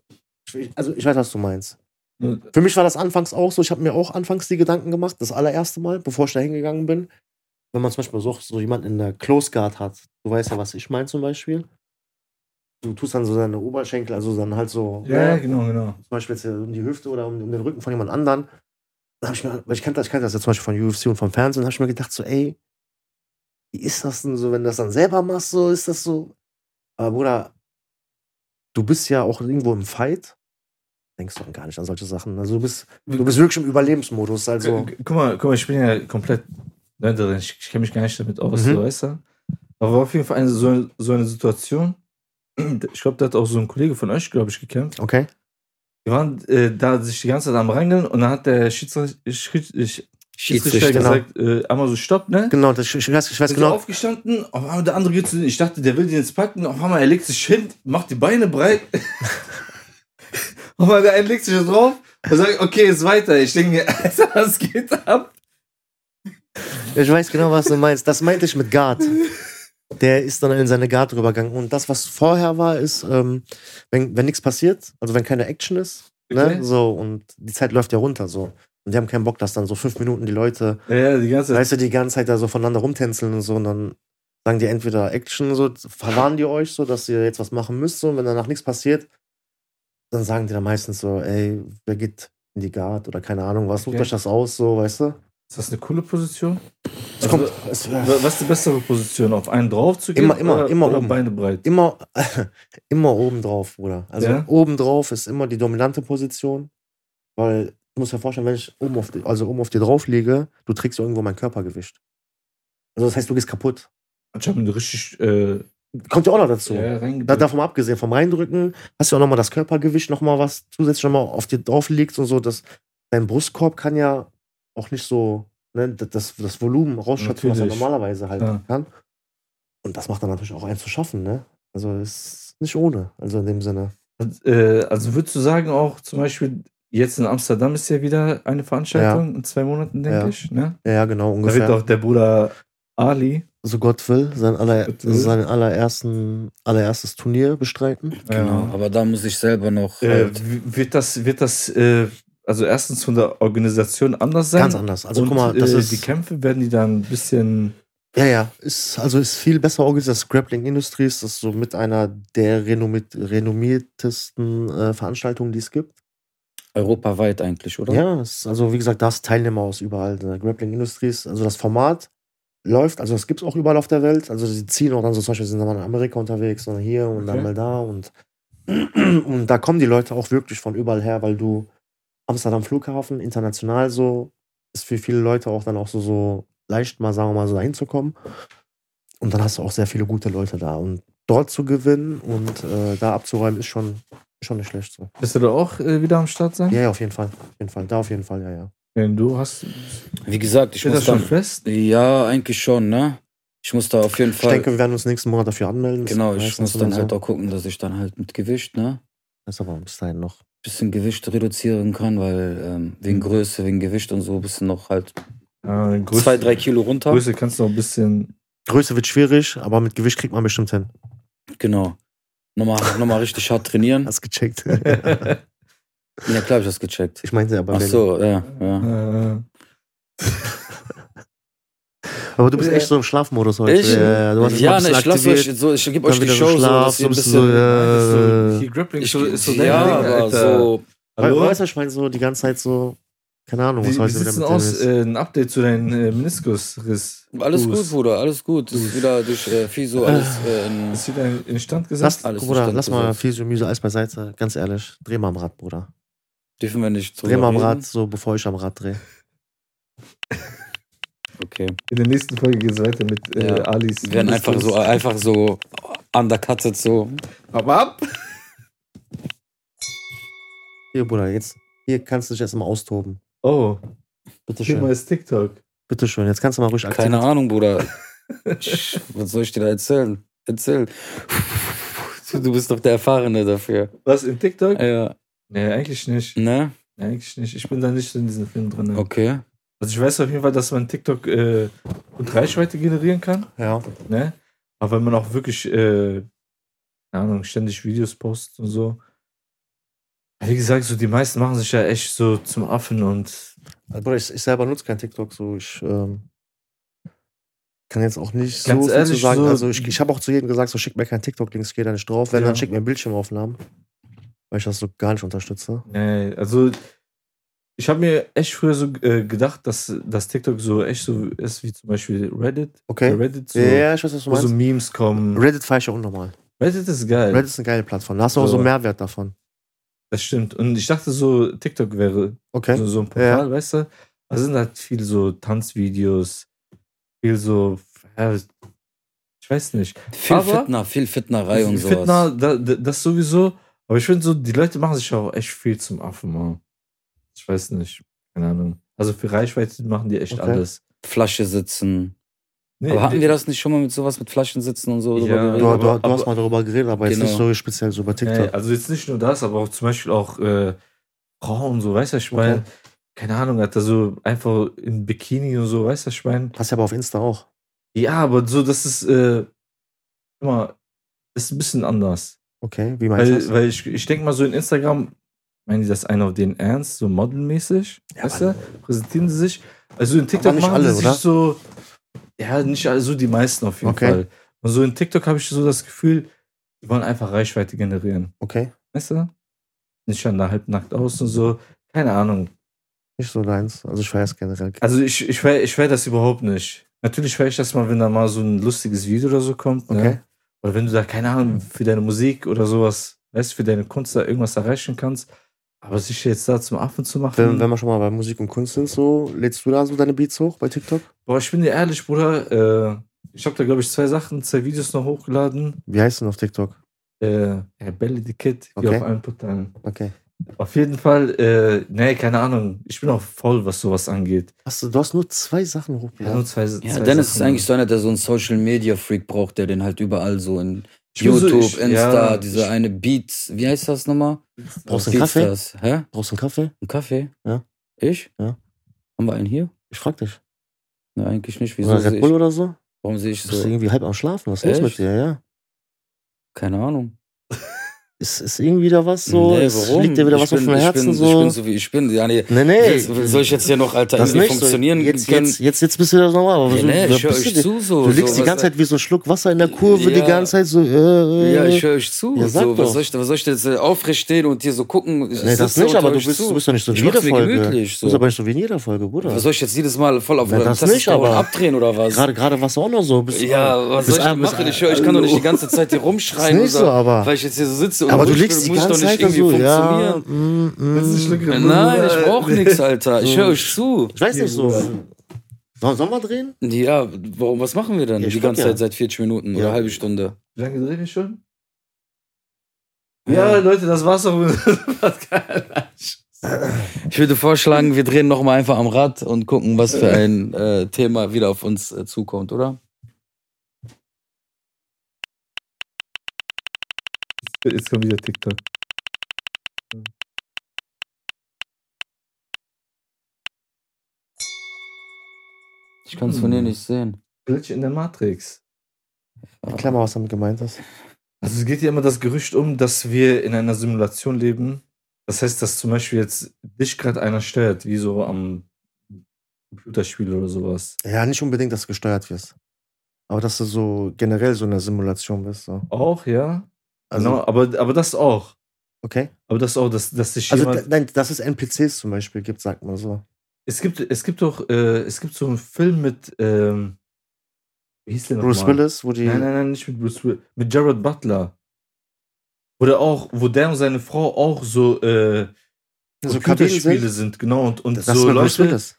C: Ich, also ich weiß, was du meinst.
A: ja.
C: Für mich war das anfangs auch so. Ich habe mir auch anfangs die Gedanken gemacht, das allererste Mal, bevor ich da hingegangen bin. Wenn man zum Beispiel so, so jemanden in der Close Guard hat, du weißt ja, was ich meine zum Beispiel. Du tust dann so seine Oberschenkel, also dann halt so,
A: Ja,
C: ne,
A: genau, genau.
C: zum Beispiel jetzt um die Hüfte oder um, um den Rücken von jemand anderen. Dann hab ich mir, weil ich kannte, das- ich kannte das ja zum Beispiel von UFC und vom Fernsehen, habe ich mir gedacht, so, ey, wie ist das denn so, wenn du das dann selber machst, so ist das so. Aber Bruder, du bist ja auch irgendwo im Fight. Denkst du gar nicht an solche Sachen. Also du bist, du bist wirklich im Überlebensmodus. Also,
A: Gu- Guck mal, guck mal, ich bin ja komplett ne, darin. Ich, ich kenne mich gar nicht damit aus,
C: Mhm.
A: so, weißt du? Aber war auf jeden Fall eine, so, so eine Situation. ich glaube, da hat auch so ein Kollege von euch, glaube ich, gekämpft.
C: Okay.
A: Die waren äh, da sich die ganze Zeit am Rangeln und dann hat der Schiedsrichter, Schiedsrichter, Schiedsrichter
C: genau.
A: gesagt, äh, einmal so Stopp, ne?
C: Genau, das, ich, ich weiß, ich weiß
A: Sind genau.
C: genau.
A: aufgestanden, auf einmal der andere geht zu denen. Ich dachte, der will den jetzt packen. Auf einmal, er legt sich hin, macht die Beine breit. *laughs* auf einmal, der eine legt sich da drauf und sagt, okay, ist weiter. Ich denke mir, *laughs* Alter, was geht ab?
C: Ich weiß genau, was du meinst. Das meinte ich mit Guard. Der ist dann in seine Guard rübergegangen. Und das, was vorher war, ist, ähm, wenn, wenn nichts passiert, also wenn keine Action ist,
A: Okay.
C: ne, so, und die Zeit läuft ja runter, so. Und die haben keinen Bock, dass dann so fünf Minuten die Leute,
A: Ja, die ganze Zeit.
C: weißt du, die ganze Zeit da so voneinander rumtänzeln und so, und dann sagen die entweder Action, so, verwarnen die euch so, dass ihr jetzt was machen müsst, so, und wenn danach nichts passiert, dann sagen die dann meistens so, ey, wer geht in die Guard oder keine Ahnung was, sucht
A: Okay.
C: euch das aus, so, weißt du?
A: Ist das eine coole Position?
C: Es kommt, es,
A: Also, Wa- Was ist die bessere Position? Auf einen drauf zu gehen?
C: Immer- immer-
A: oder,
C: immer
A: oder
C: oben.
A: Beine breit.
C: immer, *laughs* immer oben drauf, Bruder. Also
A: Ja?
C: oben drauf ist immer die dominante Position, weil du musst dir vorstellen, wenn ich oben auf, die, also oben auf dir drauf liege, du trägst ja irgendwo mein Körpergewicht. Also das heißt, du gehst kaputt.
A: Ich habe ihn richtig äh,
C: Kommt ja auch noch dazu.
A: ja,
C: Da,
A: reingedrückt.
C: davon mal abgesehen, vom Reindrücken hast du ja auch nochmal das Körpergewicht, nochmal was zusätzlich nochmal auf dir drauf liegt und so. Dass dein Brustkorb kann ja auch nicht so ne, d- das, das Volumen rausschöpfen, was er
A: Natürlich.
C: normalerweise halt
A: Ja.
C: kann. Und das macht dann natürlich auch einen zu schaffen. Ne? Also ist nicht ohne, also in dem Sinne.
A: Und, äh, also würdest du sagen auch zum Beispiel, jetzt in Amsterdam ist ja wieder eine Veranstaltung in zwei Monaten, denke
C: Ja.
A: ich. Ne?
C: Ja, Ja, genau,
A: Da wird
C: ungefähr.
A: auch der Bruder Ali.
C: So Gott will, sein, aller,
A: Gott will.
C: sein allerersten, allererstes Turnier bestreiten.
B: Genau, aber da muss ich selber noch.
A: Äh,
B: halt,
A: w- wird das, wird das äh, also erstens von der Organisation anders sein?
C: Ganz anders. Also
A: und,
C: guck mal, das
A: äh,
C: ist.
A: die Kämpfe werden die dann ein bisschen.
C: Ja, ja, ist, also ist viel besser organisiert. Das Grappling Industries ist so mit einer der renommiert, renommiertesten äh, Veranstaltungen, die es gibt.
B: europaweit eigentlich, oder?
C: Ja, es ist, also wie gesagt, da hast Teilnehmer aus überall. Ne? Grappling Industries, also das Format läuft, also das gibt es auch überall auf der Welt. Also sie ziehen auch dann so, zum Beispiel sind dann mal in Amerika unterwegs und hier und
A: Okay.
C: dann mal da und, *clears throat* und da kommen die Leute auch wirklich von überall her, weil du Amsterdam Flughafen, international so, ist für viele Leute auch dann auch so, so leicht mal, sagen wir mal, so dahin zu kommen. Und dann hast du auch sehr viele gute Leute da. Und dort zu gewinnen und äh, da abzuräumen, ist schon, ist schon nicht schlecht so.
A: Wirst du da auch äh, wieder am Start sein?
C: Ja, ja, auf jeden Fall. Auf jeden Fall. Da auf jeden Fall, ja, ja.
A: Wenn du hast.
B: Wie gesagt, ich
A: Steht das
B: muss
A: schon
B: dann.
A: fest?
B: Ja, eigentlich schon, ne? Ich muss da auf jeden
C: Ich
B: Fall.
C: denke, wir werden uns nächsten Monat dafür anmelden.
B: genau, ich
C: Meistens
B: muss dann
C: oder
B: halt
C: so.
B: auch gucken, dass ich dann halt mit Gewicht, ne?
C: Das ist aber bis dahin noch.
B: Bisschen Gewicht reduzieren kann, weil ähm, wegen Größe, wegen Gewicht und so bisschen noch halt
A: Äh, Mhm. Größe,
B: zwei, drei Kilo runter.
A: Größe kannst du noch ein bisschen.
C: Größe wird schwierig, aber mit Gewicht kriegt man bestimmt hin.
B: Genau. Nochmal, nochmal richtig hart trainieren. *laughs*
C: Hast gecheckt.
A: äh,
B: Ja, klar, hab ich das gecheckt.
C: ich meinte aber,
B: Ach
C: wenn-
B: so, ja, ja.
A: äh,
C: *laughs* aber du bist echt so im Schlafmodus heute.
B: Äh, Ich?
C: ja, du hast dich mal
B: ja,
C: ein
B: ne,
C: bisschen
B: ich lasse euch,
C: aktiviert,
B: so, ich gebe
C: dann
B: euch die
C: wieder
B: Show
C: so
B: so,
C: Schlaf,
B: dass ihr ein
C: so ein bisschen
B: bisschen. äh,
C: so,
A: so,
C: ja.
A: hier Grappling
B: ich,
A: ist so, ist so dein
B: ja,
A: Ding,
B: aber
A: Alter.
B: so.
C: Aber
A: Hallo?
C: weißt du, ich meine so die ganze Zeit so, keine Ahnung, was
A: Wie, wie
C: heute wieder
A: sieht's
C: mit
A: denn
C: dem
A: aus?
C: ist.
A: Äh, ein Update zu deinem äh, Meniskusriss.
B: Alles
A: Fuß.
B: gut, Bruder, alles gut. Das ist wieder durch äh, Fiso alles äh, in.
A: Ist wieder in Stand gesetzt?
C: Lass,
B: alles
C: Bruder,
B: zustande
C: lass mal
B: gesetzt.
C: viel Gemüse, Eis beiseite. Ganz ehrlich, dreh mal am Rad, Bruder.
B: Dürfen wir nicht drüber
C: Dreh mal am
B: reden?
C: Rad, so bevor ich am Rad drehe.
B: Okay.
A: In der nächsten Folge geht's weiter mit äh,
B: Ja.
A: Alis.
B: Wir werden einfach so, einfach so undercutted so.
A: Aber ab!
C: Hier, Bruder, jetzt, hier kannst du dich erstmal austoben.
A: Oh, hier mal
C: Bitteschön.
A: ist TikTok.
C: Bitteschön, jetzt kannst du mal ruhig aktiv
B: Keine Ahnung,
C: *laughs*
B: Bruder. Ich- Was soll ich dir da erzählen? Erzähl. *laughs* Du bist doch der Erfahrene dafür.
A: Was, in TikTok?
B: Ja.
A: Nee, eigentlich nicht.
B: Ne?
A: Nee, eigentlich nicht. Ich bin da nicht so in diesem Film drin.
B: Okay.
A: Also ich weiß auf jeden Fall, dass man TikTok äh, und Reichweite generieren kann.
C: Ja.
A: Ne? Aber wenn man auch wirklich, äh, keine Ahnung, ständig Videos postet und so. Wie gesagt, so die meisten machen sich ja echt so zum Affen und
C: Also, Bruder, ich, ich selber nutze kein TikTok, so ich ähm, kann jetzt auch nicht so
A: Ganz
C: viel zu
A: ehrlich,
C: sagen.
A: so-
C: also ich, ich habe auch zu jedem gesagt, so schick mir kein TikTok-Links, geh da nicht drauf. Wenn,
A: Ja.
C: dann schick mir Bildschirmaufnahmen, weil ich das so gar nicht unterstütze.
A: Nee, also ich habe mir echt früher so äh, gedacht, dass, dass TikTok so echt so ist wie zum Beispiel Reddit.
C: Okay.
A: Bei Reddit so,
C: ja, ja, ich weiß, was du
A: wo so
C: meinst.
A: Memes kommen.
C: Reddit feier ich auch nochmal.
A: Reddit ist geil,
C: Reddit ist eine geile Plattform. Da hast du auch so
A: So.
C: einen Mehrwert davon.
A: das stimmt. Und ich dachte so, TikTok wäre
C: Okay.
A: so, so ein Portal, weißt du? Da sind halt viel so Tanzvideos, viel so, ja, Ich weiß nicht.
B: Viel
A: Aber-
B: Fitner, viel Fitnerei und sowas.
A: Fitner, da, da, das sowieso. Aber ich finde so, die Leute machen sich auch echt viel zum Affen, Mann. Ich weiß nicht. Keine Ahnung. Also für Reichweite machen die echt
C: Okay.
A: alles.
B: Flasche sitzen.
A: Nee,
B: Aber hatten
A: nee,
B: wir das nicht schon mal mit sowas mit Flaschen sitzen und so?
A: Ja.
B: drüber geredet?
C: Du,
A: aber-
C: du, du
A: aber-
C: hast mal darüber geredet, aber jetzt
B: Genau.
C: nicht so speziell so über TikTok.
A: nee, also jetzt nicht nur das, aber auch zum Beispiel auch äh, Frauen, so weißt du, ich meine,
C: Okay.
A: keine Ahnung, hat da so einfach in Bikini und so, weißt du, ich meine.
C: Hast ja aber auf Insta auch.
A: Ja, aber so, das ist äh, immer, ist ein bisschen anders.
C: Okay, wie meinst du
A: Weil,
C: das?
A: weil ich, ich denke mal so in Instagram, meinen die das einen auf den Ernst, so modelmäßig, weißt du? Präsentieren sie sich. Also in TikTok
C: nicht
A: machen
C: alle,
A: sie
C: oder?
A: sich so, ja, nicht alle, so die meisten auf jeden
C: Okay.
A: Fall. Und so in TikTok habe ich so das Gefühl, die wollen einfach Reichweite generieren,
C: Okay,
A: weißt du? Nicht schon da halbnackt aus und so, keine Ahnung.
C: nicht so deins. Also ich weiß generell.
A: Also ich, ich wäre ich wär das überhaupt nicht. Natürlich wäre ich das mal, wenn da mal so ein lustiges Video oder so kommt, ne?
C: Okay.
A: Oder wenn du da, keine Ahnung, für deine Musik oder sowas, weißt du, für deine Kunst da irgendwas erreichen kannst. Aber sich jetzt da zum Affen zu machen.
C: Wenn, wenn wir schon mal bei Musik und Kunst sind, so, lädst du da so deine Beats hoch bei TikTok?
A: Boah, ich bin dir ehrlich, Bruder. Äh, ich habe da, glaube ich, zwei Sachen, zwei Videos noch hochgeladen.
C: Wie heißt denn auf TikTok?
A: Äh, ja, Belly the Kid, die
C: Okay.
A: auf einen Portalen.
C: Okay.
A: Auf jeden Fall, äh, nee, keine Ahnung. Ich bin auch voll, was sowas angeht.
C: Hast du, du hast nur zwei Sachen
A: Ja, nur
C: hochgeladen.
A: zwei, zwei
B: Ja, Dennis
A: Sachen.
C: halt.
B: ist eigentlich so einer, der so einen Social Media Freak braucht, der den halt überall so in
A: Ich bin so-
B: YouTube,
A: ich-
B: Insta,
A: ja,
B: diese
A: ich-
B: eine Beats, wie heißt das nochmal?
C: Brauchst du einen
B: Beats
C: Kaffee?
B: Das. Hä?
C: Brauchst du einen Kaffee?
B: Ein Kaffee?
C: Ja.
B: Ich?
C: Ja.
B: Haben wir einen hier?
C: Ich frag dich.
B: Ne, eigentlich nicht. Wieso
C: Oder
B: sehe
C: Red Bull
B: ich,
C: oder so?
B: warum sehe ich
C: Du bist
B: so?
C: irgendwie halb am Schlafen. Was ist los mit
B: Echt?
C: dir? Ja.
B: Keine Ahnung.
C: Ist, ist irgendwie da was so?
B: Nee,
C: Es
B: warum?
C: Liegt dir wieder
B: Ich
C: was auf
B: bin-
C: dem Herzen
B: ich bin, Ich bin
C: so?
B: so, wie ich bin. Ja, nee.
C: Nee, nee.
B: Soll ich jetzt hier noch, Alter,
C: das
B: irgendwie
C: nicht so.
B: funktionieren
C: Jetzt,
B: können?
C: jetzt, jetzt, jetzt bist du das normal. Aber
B: nee,
C: so-
B: nee,
C: da
B: ich höre
C: bist
B: euch
C: du-
B: zu so.
C: Du liegst
B: so,
C: die
B: was-
C: ganze Zeit wie so ein Schluck Wasser in der Kurve,
B: Ja.
C: die ganze Zeit so. Äh,
B: Ja, ich
C: höre.
B: höre euch zu.
C: Ja, sag
B: so,
C: doch.
B: was, soll ich, was soll ich denn jetzt äh, aufrecht stehen und hier so gucken? Ich
C: Nee, das
B: sitze
C: nicht,
B: und
C: aber
B: höre
C: du
B: euch
C: bist,
B: zu.
C: du bist doch nicht so wie
B: Ich
C: in jeder
B: mach's mir
C: Folge.
B: gemütlich,
C: Du bist
B: so.
C: aber nicht so wie in jeder Folge, Bruder.
B: Was soll ich jetzt jedes Mal voll auf
C: Na,
B: euren
C: das
B: Tasten
C: nicht,
B: dauern,
C: aber-
B: abdrehen oder was?
C: Gerade, gerade warst du auch noch so. Bist,
B: ja, also was soll
C: bist
B: ich denn
C: abends-
B: machen? Ich, höre, ich kann doch nicht die ganze Zeit
C: *laughs*
B: hier
C: ist
B: rumschreien,
C: nicht so,
B: oder,
C: aber.
B: weil ich jetzt hier so sitze. und
C: Aber du
B: ruhig
C: liegst
B: bin,
C: die
B: muss ich
C: ganze
B: doch nicht
C: Zeit da
B: irgendwie
C: so. Ja,
B: funktionieren.
C: mm, mm.
B: Nein, ich brauche nichts, Alter. Ich
C: So.
B: höre
C: *laughs*
B: euch zu.
C: Ich weiß nicht so. Sollen sollen wir drehen?
B: Ja, warum, was machen wir denn
C: Ja, ich
B: die
C: frag
B: ganze
C: ja.
B: Zeit seit 40 Minuten oder
C: Ja.
B: halbe Stunde?
A: Wie lange drehen wir schon? Ja, Leute, das war's doch.
B: Ich würde vorschlagen, wir drehen nochmal einfach am Rad und gucken, was
C: *laughs*
B: für ein äh, Thema wieder auf uns äh, zukommt, oder?
A: *laughs* Jetzt kommt wieder TikTok.
B: Ich kann es von dir
A: Hm.
B: nicht sehen.
A: Glitch in der Matrix.
C: Erklär mal, was damit gemeint ist.
A: Also es geht ja immer das Gerücht um, dass wir in einer Simulation leben. Das heißt, dass zum Beispiel jetzt dich gerade einer stört, wie so am Computerspiel oder sowas.
C: Ja, nicht unbedingt, dass du gesteuert wirst. Aber dass du so generell so in der Simulation bist. So.
A: Auch, ja.
C: Also,
A: genau, aber, aber das auch.
C: okay.
A: Aber das auch, dass, dass sich
C: Also,
A: jemand.
C: d- nein, dass es NPCs zum Beispiel gibt, sagt man so.
A: es gibt, es gibt doch, äh, es gibt so einen Film mit, ähm, wie hieß der
C: Bruce
A: nochmal?
C: Willis, wo die.
A: Nein, nein, nein, nicht mit Bruce Willis. Mit Jared Butler. Oder auch, wo der und seine Frau auch so, äh,
C: So Kabinen
A: Computerspiele sind.
C: sind.
A: genau. Und, und
C: Das ist
A: so
C: mit
A: Leute.
C: Bruce Willis.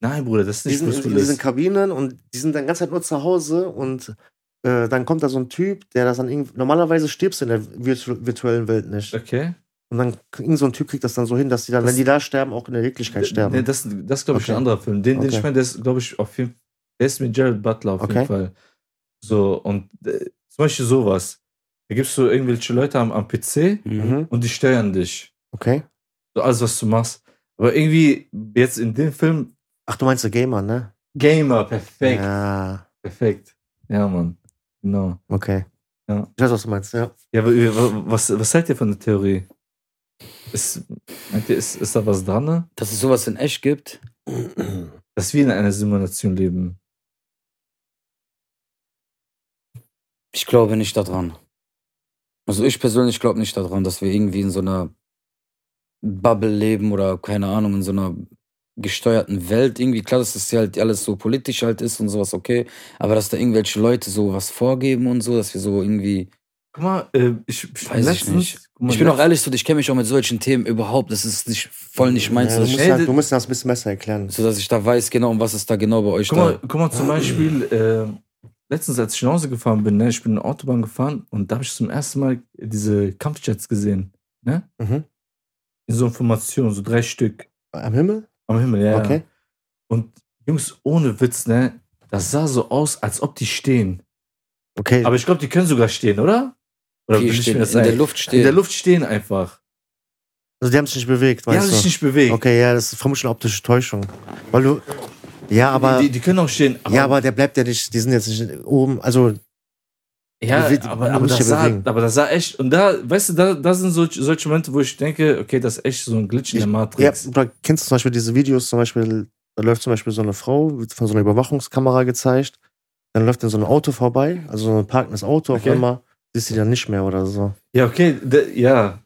A: Nein, Bruder, das ist
C: Die
A: nicht
C: sind
A: Bruce
C: in diesen
A: Willis.
C: Kabinen und die sind dann ganz halt nur zu Hause und äh, dann kommt da so ein Typ, der das dann irgendwie. Normalerweise stirbst du in der virtu virtuellen Welt nicht.
A: Okay.
C: Und dann k- irgend so ein Typ kriegt das dann so hin, dass die dann,
A: Das-
C: wenn die da sterben, auch in der Wirklichkeit
A: Nee,
C: sterben.
A: das das ist, glaube ich,
C: Okay.
A: ein anderer Film. Den, den
C: Okay.
A: ich meine, der ist, glaube ich, auf jeden Der ist mit Jared Butler auf
C: Okay.
A: jeden Fall. So, und äh, zum Beispiel sowas. Da gibst du irgendwelche Leute am, am PC
C: Mhm.
A: und die steuern dich.
C: Okay.
A: So alles, was du machst. Aber irgendwie, jetzt in dem Film,
C: Ach, du meinst der Gamer, ne?
A: Gamer, perfekt.
C: Ja.
A: Perfekt. Ja, Mann. Genau.
C: Okay.
A: Ja.
C: Ich weiß, was du meinst, ja.
A: Ja, wa- wa- was, was haltet ihr von der Theorie? Ist, meint ihr, ist, ist da was dran? Ne?
B: Dass es sowas in echt gibt?
A: Dass wir in einer Simulation leben.
B: Ich glaube nicht daran. Also ich persönlich glaube nicht daran, dass wir irgendwie in so einer Bubble leben oder keine Ahnung, in so einer gesteuerten Welt. Irgendwie klar, dass das hier halt alles so politisch halt ist und sowas, okay. Aber dass da irgendwelche Leute so was vorgeben und so, dass wir so irgendwie.
A: Guck mal, äh, ich, ich
B: Weiß ich nicht.
A: guck mal,
B: ich bin auch
A: letztens-
B: ehrlich so, ich kenne mich auch mit solchen Themen überhaupt. Das ist nicht voll nicht meins.
C: Ja, du,
B: dass ich-
C: musst
A: schnell-
C: halt, du musst das ein bisschen besser erklären.
B: so dass ich da weiß genau, um was es da genau bei euch
A: Guck
B: da.
A: mal, guck mal zum Beispiel, äh, letztens, als ich nach Hause gefahren bin, ne, ich bin in der Autobahn gefahren und da habe ich zum ersten Mal diese Kampfjets gesehen. Ne?
C: Mhm.
A: In so einer Formation, so drei Stück
C: Am Himmel?
A: am Himmel, ja. ja.
C: Okay.
A: Und Jungs, ohne Witz, ne? Das sah so aus, als ob die stehen.
C: Okay.
A: Aber ich glaube, die können sogar stehen, oder? Oder
B: Die
A: will ich
B: stehen,
A: mir das
B: in der
A: ein-
B: Luft
A: in der
B: stehen.
A: Luft stehen einfach.
C: also die haben sich nicht bewegt,
A: Die haben
C: weißt
A: sich
C: du?
A: nicht bewegt.
C: Okay, ja, das ist vermutlich eine optische Täuschung. Weil du. Ja, aber.
A: die, die können auch stehen.
C: ja, aber der bleibt ja nicht, die sind jetzt nicht oben, also
A: Ja,
C: Die- die-
A: aber,
C: die
A: aber,
C: muss
A: das
C: ich ja
A: sah,
C: bewegen.
A: aber das sah echt. Und da, weißt du, da, da sind solche, solche Momente, wo ich denke, okay, das ist echt so ein Glitch in der
C: Ja,
A: Matrix.
C: oder kennst du zum Beispiel diese Videos, zum Beispiel, da läuft zum Beispiel so eine Frau, wird von so einer Überwachungskamera gezeigt, dann läuft dann so ein Auto vorbei, also so ein parkendes Auto
A: Okay.
C: auf einmal, siehst du die dann nicht mehr oder so.
A: Ja, okay, da, ja.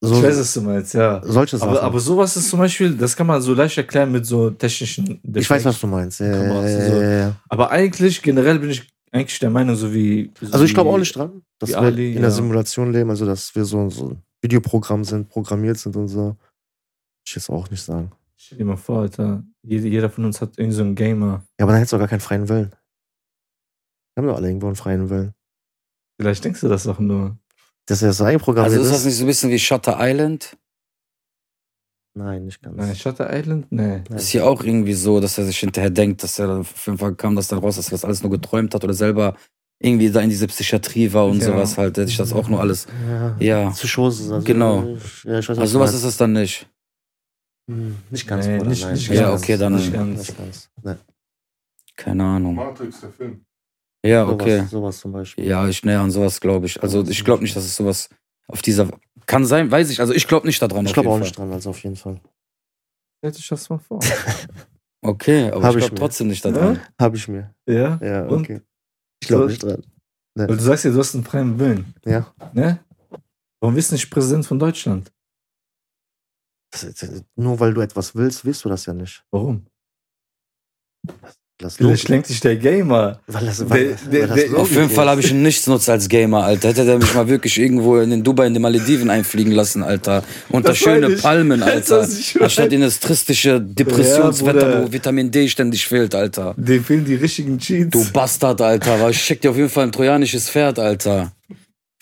A: ich
C: so
A: weiß, was du meinst, ja.
C: solche Sachen.
A: Aber, aber sowas ist zum Beispiel, das kann man so leicht erklären mit so technischen.
C: ich weiß, was du meinst. Ja, ja,
A: Kameras, also
C: ja, ja, ja.
A: Aber eigentlich, generell bin ich eigentlich der Meinung, so wie. So
C: Also ich glaube
A: wie-
C: auch nicht dran, dass
A: wie
C: wir
A: Ali,
C: in der
A: ja.
C: Simulation leben, also dass wir so, so ein Videoprogramm sind, programmiert sind und so. Ich jetzt auch nicht sagen.
A: Stell dir mal vor, Alter. Jeder, jeder von uns hat irgendwie so einen Gamer.
C: Ja, aber dann hättest du auch gar keinen freien Willen. Wir haben doch alle irgendwo einen freien Willen.
A: Vielleicht denkst du das auch nur.
C: Dass er das so einprogrammiert
B: Also ist
C: ist.
B: das nicht so ein bisschen wie Shutter Island?
C: Nein, nicht ganz.
A: Nein, Shutter Island? Nee.
C: Nein.
B: Ist hier auch irgendwie so, dass er sich hinterher denkt, dass er dann auf jeden Fall kam das dann raus, dass er das alles nur geträumt hat oder selber irgendwie da in diese Psychiatrie war und
A: Ja.
B: sowas halt, dass ich das auch nur alles.
C: Ja.
B: Ja.
C: Zu Schoßen. Also,
B: Genau.
C: Ja, ich weiß,
B: Also sowas ist das dann nicht.
C: ist nicht
A: ganz,
C: ganz.
A: Bruder, nein.
B: Ja, okay, dann-
A: nicht ganz.
C: Nicht ganz. Nein.
B: Keine Ahnung.
D: Matrix, der Film.
B: Ja, okay.
C: Sowas, sowas zum Beispiel.
B: Ja, ich näher an sowas, glaube ich. Also ich glaube nicht, dass es sowas auf dieser. Kann sein, weiß ich. Also ich glaube nicht daran.
C: Ich
B: auf
C: glaube
B: jeden
C: auch nicht
B: Fall.
C: dran, also auf
B: *laughs*
C: jeden Fall.
A: Stell dich das mal
C: *laughs*
A: vor.
B: Okay, aber
C: Hab
B: ich
C: ich
B: glaube
C: mir.
B: trotzdem nicht daran.
C: Habe ich mir.
A: ja?
C: Ja,
A: Und?
C: okay. Ich glaube
A: So-
C: nicht dran.
A: Weil du sagst ja, du hast einen freien Willen.
C: Ja.
A: Ne? Warum bist du nicht Präsident von Deutschland?
C: Das, ist- nur weil du etwas willst, willst du das ja nicht.
A: Warum?
C: Das
A: Vielleicht lenkt dich der Gamer.
C: weil das,
A: Der-
C: weil,
A: der-
C: weil das
A: der-
B: Auf jeden
C: ist.
B: Fall habe ich ihn nichts nutzt als Gamer, Alter. Hätte der mich mal wirklich irgendwo in den Dubai, in den Malediven einfliegen lassen, Alter. Unter
A: Das
B: schöne
A: meine ich. *laughs*
B: Palmen,
A: Weißt du,
B: Alter.
A: was ich meine?
B: Anstatt in das tristische
A: Ja,
B: Depressionswetter,
A: Bruder.
B: wo Vitamin D ständig fehlt, Alter.
A: Dem fehlen die richtigen Cheats.
B: Du Bastard, Alter. Aber ich schick dir auf jeden Fall ein trojanisches Pferd, Alter.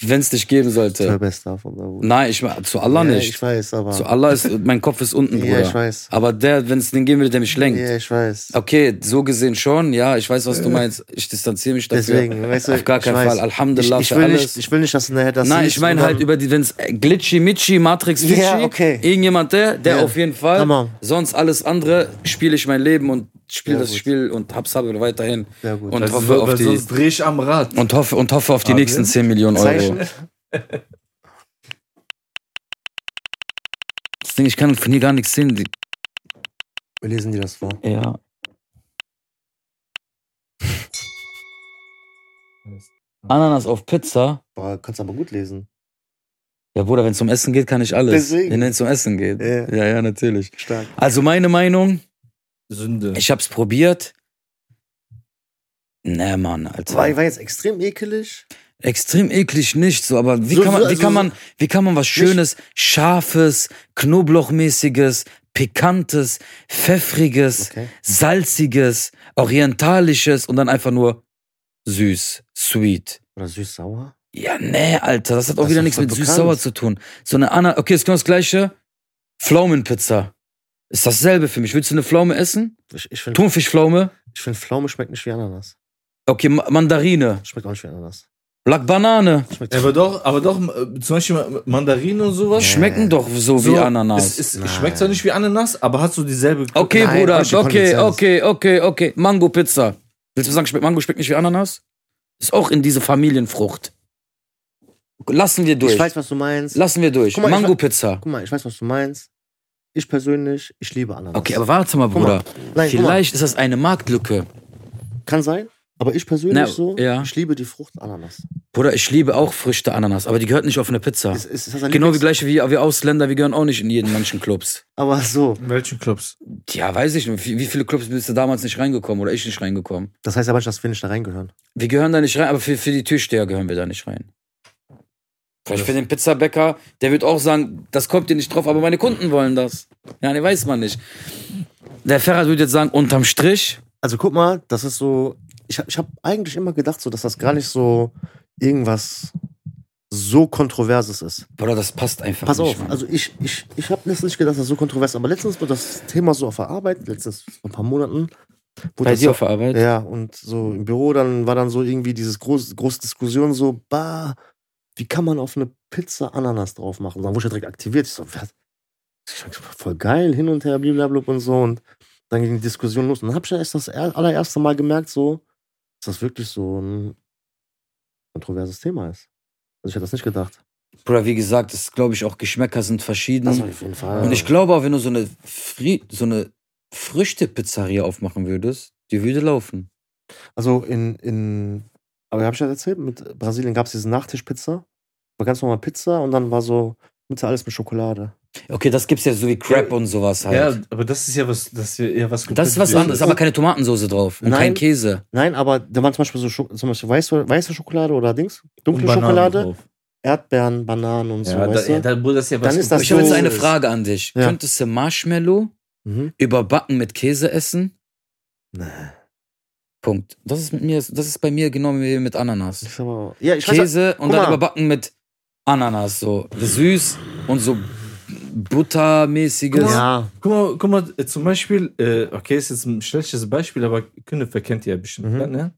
B: Wenn's dich geben
C: Das ist der
B: sollte.
C: Beste davon. aber-
B: Nein, ich zu Allah
C: ja,
B: nicht.
C: Ich weiß, aber.
B: Zu Allah ist, mein Kopf ist unten, Bruder.
C: ja, ich weiß.
B: Aber der, wenn es den geben würde, der mich lenkt.
C: Ja, ich weiß.
B: Okay, so gesehen schon, ja, ich weiß, was du meinst. Ich distanziere mich dafür.
C: Deswegen, weißt du,
B: Auf gar
C: ich
B: keinen
C: weiß.
B: Fall. Alhamdulillah
C: Ich, ich,
B: für
C: will
B: alles.
C: nicht, ich will nicht, dass du nachher das
B: Nein,
C: siehst
B: ich meine
C: und
B: halt
C: dann-
B: über die, wenn es Glitchy Mitchy, Matrix Witchy,
C: Ja, okay.
B: irgendjemand der, der
C: Ja.
B: auf jeden Fall.
C: Hammer.
B: Sonst alles andere spiele ich mein Leben und spiele
C: Ja,
B: das
C: gut.
B: Spiel und hab's habe weiterhin.
C: Ja, gut.
B: Und
A: Weil
B: hoffe
A: so-
B: auf
A: Also, weil
B: die,
A: sonst dreh ich am Rad.
B: und hoffe, und hoffe auf die
A: Adrian?
B: nächsten 10 Millionen Euro.
C: Zeichen.
B: Das Ding, ich kann von hier gar nichts sehen. Die,
C: Wir lesen dir das vor.
B: ja. Ananas auf Pizza.
C: Boah, kannst aber gut lesen.
B: Ja, Bruder, wenn es um Essen geht, kann ich alles.
C: Deswegen.
B: Wenn es um Essen geht.
C: Ja.
B: ja, ja, natürlich.
C: Stark.
B: Also meine Meinung,
A: Sünde.
B: ich hab's probiert. Nee, Mann, Alter.
C: War, war jetzt extrem ekelig.
B: Extrem eklig nicht, so, aber wie
C: So,
B: kann man,
C: so,
B: wie
C: also
B: kann
C: so-
B: man, wie kann man was Schönes, Scharfes, Knoblauchmäßiges, Pikantes, Pfeffriges,
C: Okay.
B: Salziges, Orientalisches und dann einfach nur süß, sweet.
C: Oder süß-sauer?
B: Ja, nee, Alter, das hat auch
C: Das
B: wieder
C: ist
B: nichts
C: voll
B: mit
C: bekannt.
B: süß-sauer zu tun. So eine Anna, okay, ist genau das gleiche. Pflaumenpizza. Ist dasselbe für mich. Willst du eine Pflaume essen?
C: Ich, ich finde,
B: Thunfischpflaume?
C: ich find, Pflaume schmeckt nicht wie Ananas.
B: Okay, Ma Mandarine.
C: Schmeckt auch nicht wie Ananas.
B: Lack Banane.
C: Schmeckt
A: Ja, aber doch, aber doch, äh, zum Beispiel Mandarinen und sowas.
B: Schmecken doch so, wie Ananas.
A: Es,
C: Nein.
A: es schmeckt zwar nicht wie Ananas, aber hat so dieselbe.
B: okay,
C: Nein,
B: Bruder,
C: auch die
B: okay,
C: Konsistenz.
B: okay, okay, okay. Mango-Pizza. Willst du sagen, schmeckt- Mango schmeckt nicht wie Ananas? Ist auch in diese Familienfrucht. Lassen wir durch.
C: Ich weiß, was du meinst.
B: Lassen wir durch.
C: Guck mal, ich
B: Mango-Pizza.
C: Guck mal, ich weiß, was du meinst. Ich persönlich, ich liebe Ananas.
B: Okay, aber warte mal,
C: Guck mal.
B: Bruder.
C: Nein, guck mal.
B: Vielleicht ist das eine Marktlücke.
C: Kann sein. Aber ich persönlich
B: Na,
C: so,
B: ja.
C: ich liebe die Frucht Ananas.
B: Bruder, ich liebe auch Früchte Ananas, aber die gehört nicht auf eine Pizza.
C: Ist, ist, ist das dein
B: Genau wie
C: Lieblings-
B: gleich wie wir Ausländer, wir gehören auch nicht in jeden manchen Clubs.
C: Aber so.
A: In welchen Clubs?
B: Ja, weiß ich nicht. Wie, wie viele Clubs bist du damals nicht reingekommen oder ich nicht reingekommen?
C: Das heißt aber nicht, dass wir nicht da reingehören.
B: Wir gehören da nicht rein, aber für, für die Türsteher gehören wir da nicht rein. Also Vielleicht für den Pizzabäcker, der wird auch sagen, das kommt dir nicht drauf, aber meine Kunden wollen das. Ja, ne, weiß man nicht. Der Ferrer würde jetzt sagen, unterm Strich,
C: Also guck mal, das ist so ich habe ich hab eigentlich immer gedacht, so, dass das gar nicht so irgendwas so Kontroverses ist.
B: Bruder, das passt einfach
C: Pass
B: nicht.
C: auf,
B: Mann.
C: also ich, ich, ich habe letztens nicht gedacht, dass das so kontrovers ist, aber letztens wurde das Thema so auf der Arbeit, letztens vor ein paar Monaten. wurde
B: Bei
C: das
B: dir
C: so-
B: auf der Arbeit?
C: Ja, und so im Büro, dann war dann so irgendwie dieses große, große Diskussion so, bah, wie kann man auf eine Pizza Ananas drauf machen? Dann wurde ich ja direkt aktiviert. Ich so, was? Ich so, voll geil, hin und her, blablabla und so. Und dann ging die Diskussion los. Und dann hab ich ja erst das er- allererste Mal gemerkt, so, dass das wirklich so ein kontroverses Thema ist. Also ich hätte das nicht gedacht.
B: Bruder, wie gesagt, das glaube ich auch, Geschmäcker sind verschieden.
C: Das war auf jeden Fall.
B: Hm. Und ich glaube auch, wenn du so eine, Fri so eine Früchte-Pizzeria aufmachen würdest, die würde laufen.
C: Also in, in aber habe ich ja erzählt, mit Brasilien gab es diese Nachtischpizza. War ganz normal Pizza und dann war so mit alles mit Schokolade.
B: Okay, das gibt's ja so wie Crap
A: Ja.
B: und sowas halt.
A: Ja, aber das ist ja was, das ist ja eher was
B: das ist was
A: komplett
B: anderes, aber keine Tomatensoße drauf und
C: Nein.
B: kein Käse.
C: Nein, aber da waren zum Beispiel so Scho zum Beispiel weiße, weiße Schokolade oder Dings,
A: Und
C: dunkle
A: Bananen
C: Schokolade,
A: drauf.
C: Erdbeeren, Bananen und so.
A: Ja, da,
C: weißt
A: ja,
C: du?
A: dann wurde das ja was
C: Dann ist das
B: ich habe jetzt eine
C: ist-
B: Frage an dich.
C: Ja.
B: Könntest du Marshmallow
C: mhm.
B: überbacken mit Käse essen?
C: Nee.
B: Punkt. Das ist mit mir, das ist bei mir genau wie mit Ananas.
C: Das ist aber, ja, ich weiß.
B: Käse und dann
C: mal.
B: überbacken mit Ananas, so süß und so buttermäßiges.
A: Guck
C: Ja.
A: Guck mal, guck mal, äh, zum Beispiel, äh, okay, ist jetzt ein schlechtes Beispiel, aber Künefe kennt ihr ja bestimmt,
C: Mhm.
A: ne?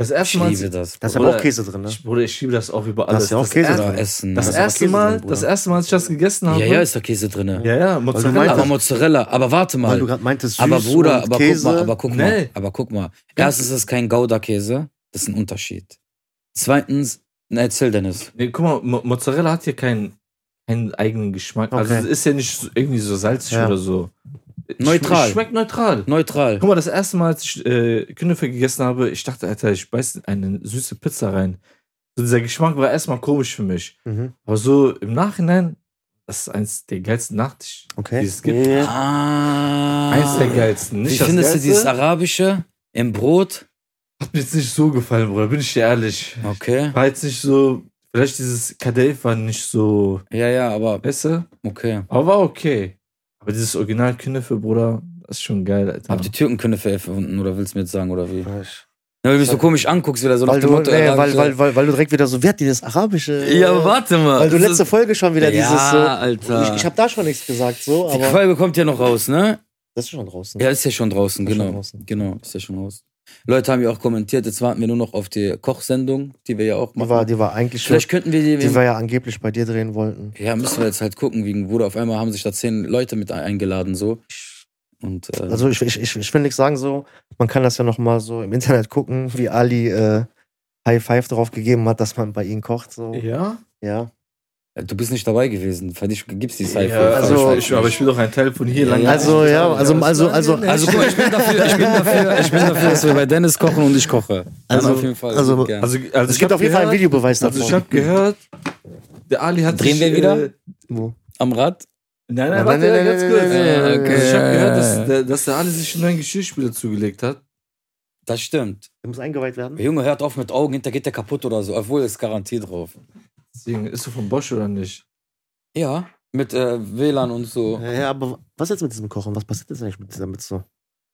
A: Das
B: Ich
A: erste Mal,
B: liebe das.
C: Da ist
B: Bruder.
C: aber
A: Oder-
C: auch Käse drin, ne?
A: ich, Bruder, ich schiebe das auch über
C: Da
A: alles.
C: ist ja auch
A: das
C: Käse
A: erste,
B: Oder
C: drin.
B: essen.
A: Das,
C: Da ist aber
A: erste
C: Käse
A: Mal,
C: drin, Bruder.
A: das erste Mal, als ich das gegessen habe.
B: ja, ja, ist da Käse drin.
A: ja, ja, Mozzarella.
B: Aber
C: meintest-
B: Mozzarella, aber warte
C: ne? Weil
B: mal.
C: du gerade meintest, süß
B: aber Bruder,
C: und
B: aber
C: Käse.
B: guck mal, aber guck mal,
A: Nee.
B: aber guck mal. Erstens ist es kein Gouda-Käse, das ist ein Unterschied. Zweitens, na, erzähl Dennis.
A: nee, guck mal, Mo Mozzarella hat ja keinen, keinen eigenen Geschmack. Also
C: Okay.
A: es ist ja nicht so, irgendwie so salzig
C: Ja.
A: oder so. Sch-
B: Neutral.
A: Schmeckt neutral.
B: Neutral.
A: Guck mal, das erste Mal, als ich äh, Künefe gegessen habe, ich dachte, Alter, ich beiß eine süße Pizza rein. So, dieser Geschmack war erstmal komisch für mich.
C: Mhm.
A: Aber so im Nachhinein, das ist eins der geilsten Nachtisch,
C: Okay.
A: die es gibt.
C: Ja, ja.
B: Ah.
A: Eins der geilsten. Nicht
B: Wie
A: das
B: findest du
A: Geilste.
B: dieses Arabische im Brot?
A: Hat mir jetzt nicht so gefallen, Bruder, bin ich dir ehrlich.
B: Okay.
A: War jetzt nicht so, vielleicht dieses Kadef war nicht so,
B: Ja, ja, aber
A: weißt du?
B: okay.
A: Aber war okay. Aber dieses Original Künefe, Bruder, das ist schon geil, Alter.
B: Habt ihr Türken können erfunden oder willst du mir jetzt sagen oder wie? Ja, weil du mich so
C: Weil-
B: komisch anguckst wieder so nach
C: Weil
B: dem
C: du,
B: Motto.
C: nee, weil,
B: Arabische.
C: weil, weil, weil du direkt wieder so, wer hat dir das Arabische? äh,
B: ja, aber warte mal.
C: Weil du
B: Das
C: letzte
B: ist-
C: Folge schon wieder dieses. äh,
B: Ja,
C: so-
B: Alter.
C: Ich, ich habe da schon nichts gesagt, so,
B: Die
C: aber.
B: Folge kommt ja noch raus, ne?
C: Das ist schon draußen.
B: Ja, ist ja schon draußen,
C: Ist schon
B: genau.
C: draußen.
B: Genau, ist ja schon raus. Leute haben ja auch kommentiert, jetzt warten wir nur noch auf die Kochsendung, die wir ja auch
C: Die
B: machen.
C: war, die war eigentlich schon.
B: Vielleicht könnten wir die.
C: Die wir ja angeblich bei dir drehen wollten.
B: ja, müssen wir jetzt halt gucken, wegen Bruder. Auf einmal haben sich da zehn Leute mit ein- eingeladen, so. Und äh,
C: Also ich, ich, ich, ich will nichts sagen so, man kann das ja nochmal so im Internet gucken, wie Ali äh, High Five drauf gegeben hat, dass man bei ihm kocht. So.
A: Ja?
C: Ja. Also
B: du bist nicht dabei gewesen. Für dich gibt's die Sci-Fi.
A: ja also, ich, aber
B: also,
A: ich will doch ein Teil von hier
B: Ja,
A: lang.
B: ja.
C: Also ja, also, also, also,
B: also guck mal, ich bin dafür, ich bin dafür, ich bin dafür, dass wir bei Dennis kochen und ich koche. Dann
C: Also-
B: auf jeden Fall.
C: also-
B: gern.
A: Also, also
C: es
A: ich
C: gibt
A: hab
C: auf jeden Fall einen
A: gehört-
C: Videobeweis davon.
A: Also ich habe gehört, der Ali hat
B: Drehen
A: sich,
B: wir wieder?
A: Äh,
C: Wo?
B: am Rad?
A: Nein, nein,
C: Nein,
A: warte,
C: Ah, nein, nein,
A: ganz
C: nein,
A: kurz.
C: nein,
B: nein, nein,
A: Also ich
B: okay.
A: habe gehört, dass der, dass der Ali sich einen neuen Geschirrspüler zugelegt hat.
B: Das stimmt.
C: Der muss eingeweiht werden.
B: Junge, hört auf mit Augen, hinter geht der kaputt oder so. Obwohl, ist Garantie drauf.
A: Deswegen, ist er von Bosch oder nicht?
B: Ja, mit äh, WLAN und so.
C: Ja, ja, aber was jetzt mit diesem Kochen? Was passiert jetzt eigentlich mit damit so?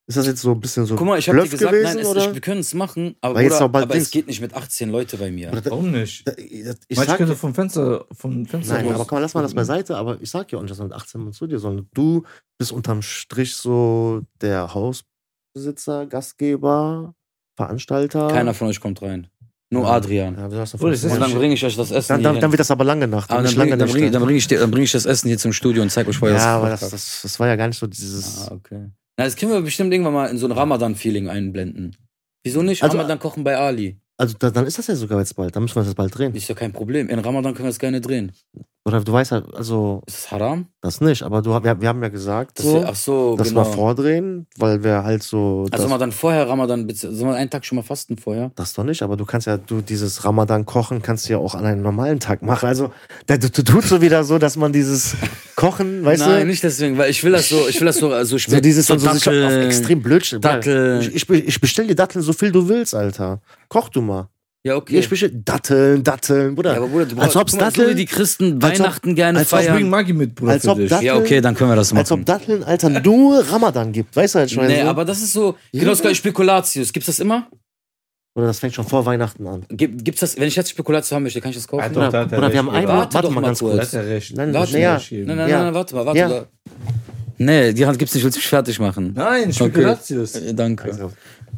C: Ist das jetzt so ein bisschen so
B: Guck mal, ich habe dir
C: Bluff
B: gesagt,
C: gewesen
B: nein, es,
C: oder?
B: ich, wir können es machen, aber,
C: Weil jetzt
B: Bruder,
C: noch bald
B: aber es
C: Dings-
B: geht nicht mit 18 Leute bei mir.
C: Oder da-
A: Warum nicht?
C: da- ich- ich
A: Manche
C: sag dir-
A: könnte vom Fenster, vom Fenster
C: Nein,
A: raus.
C: aber komm, lass mal
A: mhm.
C: das beiseite. Aber ich sag ja auch nicht, dass man mit 18 Mann zu dir, sondern du bist unterm Strich so der Hausbesitzer, Gastgeber, Veranstalter.
B: Keiner von euch kommt rein. Nur Adrian.
C: Ja, du hast
A: Bruder,
C: davon
A: das ist-
B: Und dann
A: Ja.
B: bringe ich euch das Essen
C: dann,
B: hier
C: dann, dann
B: hin.
C: wird das aber lange Nacht.
B: Aber
C: und
B: Ah, dann
C: nicht
B: bringe
C: lange
B: dann bring,
C: Nächte.
B: dann bring ich, dir- dann bring ich das Essen hier zum Studio und zeig euch vorher
C: ja, aber das,
B: verpackt
C: das, das war ja gar nicht so dieses.
B: Ah, okay. Na, das können wir bestimmt irgendwann mal in so ein Ramadan-Feeling einblenden. Wieso nicht?
C: Also-
B: Ramadan kochen bei Ali.
C: Also da, dann ist das ja sogar jetzt bald. Dann müssen wir das bald drehen.
B: Ist ja kein Problem. In Ramadan können wir es gerne drehen.
C: Oder du weißt halt, also
B: Ist das haram?
C: das nicht. Aber du, wir, wir haben ja gesagt,
B: Das
C: so,
B: ach so,
C: dass
B: genau.
C: wir vordrehen, weil wir halt so.
B: Also
C: das,
B: mal dann vorher Ramadan, bezieh- soll man einen Tag schon mal fasten vorher?
C: Das doch nicht, aber du kannst ja, du dieses Ramadan-Kochen kannst du ja auch an einem normalen Tag machen. Also, da, du, du tust so wieder so, dass man dieses Kochen, weißt
B: Nein,
C: du,
B: nicht deswegen, weil ich will das so, ich will das so, so
C: so
B: spät.
C: dieses so, so sich
B: Datteln.
C: auf extrem Blödchen.
B: Datteln.
C: Ich, ich, ich bestell dir Datteln so viel du willst, Alter. Koch du mal.
B: Ja, okay.
C: Ich bestell Datteln, Datteln, Bruder.
B: ja, aber Bruder, du
C: als
B: brauchst,
C: ob's
B: guck mal, so wie
C: Datteln-
B: die Christen
C: als ob-
B: Weihnachten gerne
C: als ob
A: Ich bring
B: feiern.
A: Maggi mit, Bruder,
C: Als
A: für
C: ob
A: dich.
C: das-
B: Ja, okay, dann können wir das
C: Als ob
B: machen.
C: Datteln, Alter, nur Ramadan gibt. Weißt du, halt schon.
B: Nee, aber das ist so, genau das gleiche Spekulatius. Gibt's das immer?
C: Oder das fängt schon vor Weihnachten an.
B: Gibt, gibt's das, wenn ich jetzt Spekulatio haben möchte, kann ich das kaufen?
A: Doch,
C: Oder,
A: da hat er
C: oder wir
A: recht,
C: haben
A: oder?
C: einmal.
B: Warte doch mal kurz.
A: Da hat er recht.
C: Nein,
B: Warte,
C: naja.
B: Nein, nein,
C: Ja.
B: nein, warte mal, warte
C: Ja.
B: mal. Nee, die Hand gibt's nicht, willst du mich fertig machen.
A: Nein, Spekulatius.
B: Äh, Danke.
C: Also,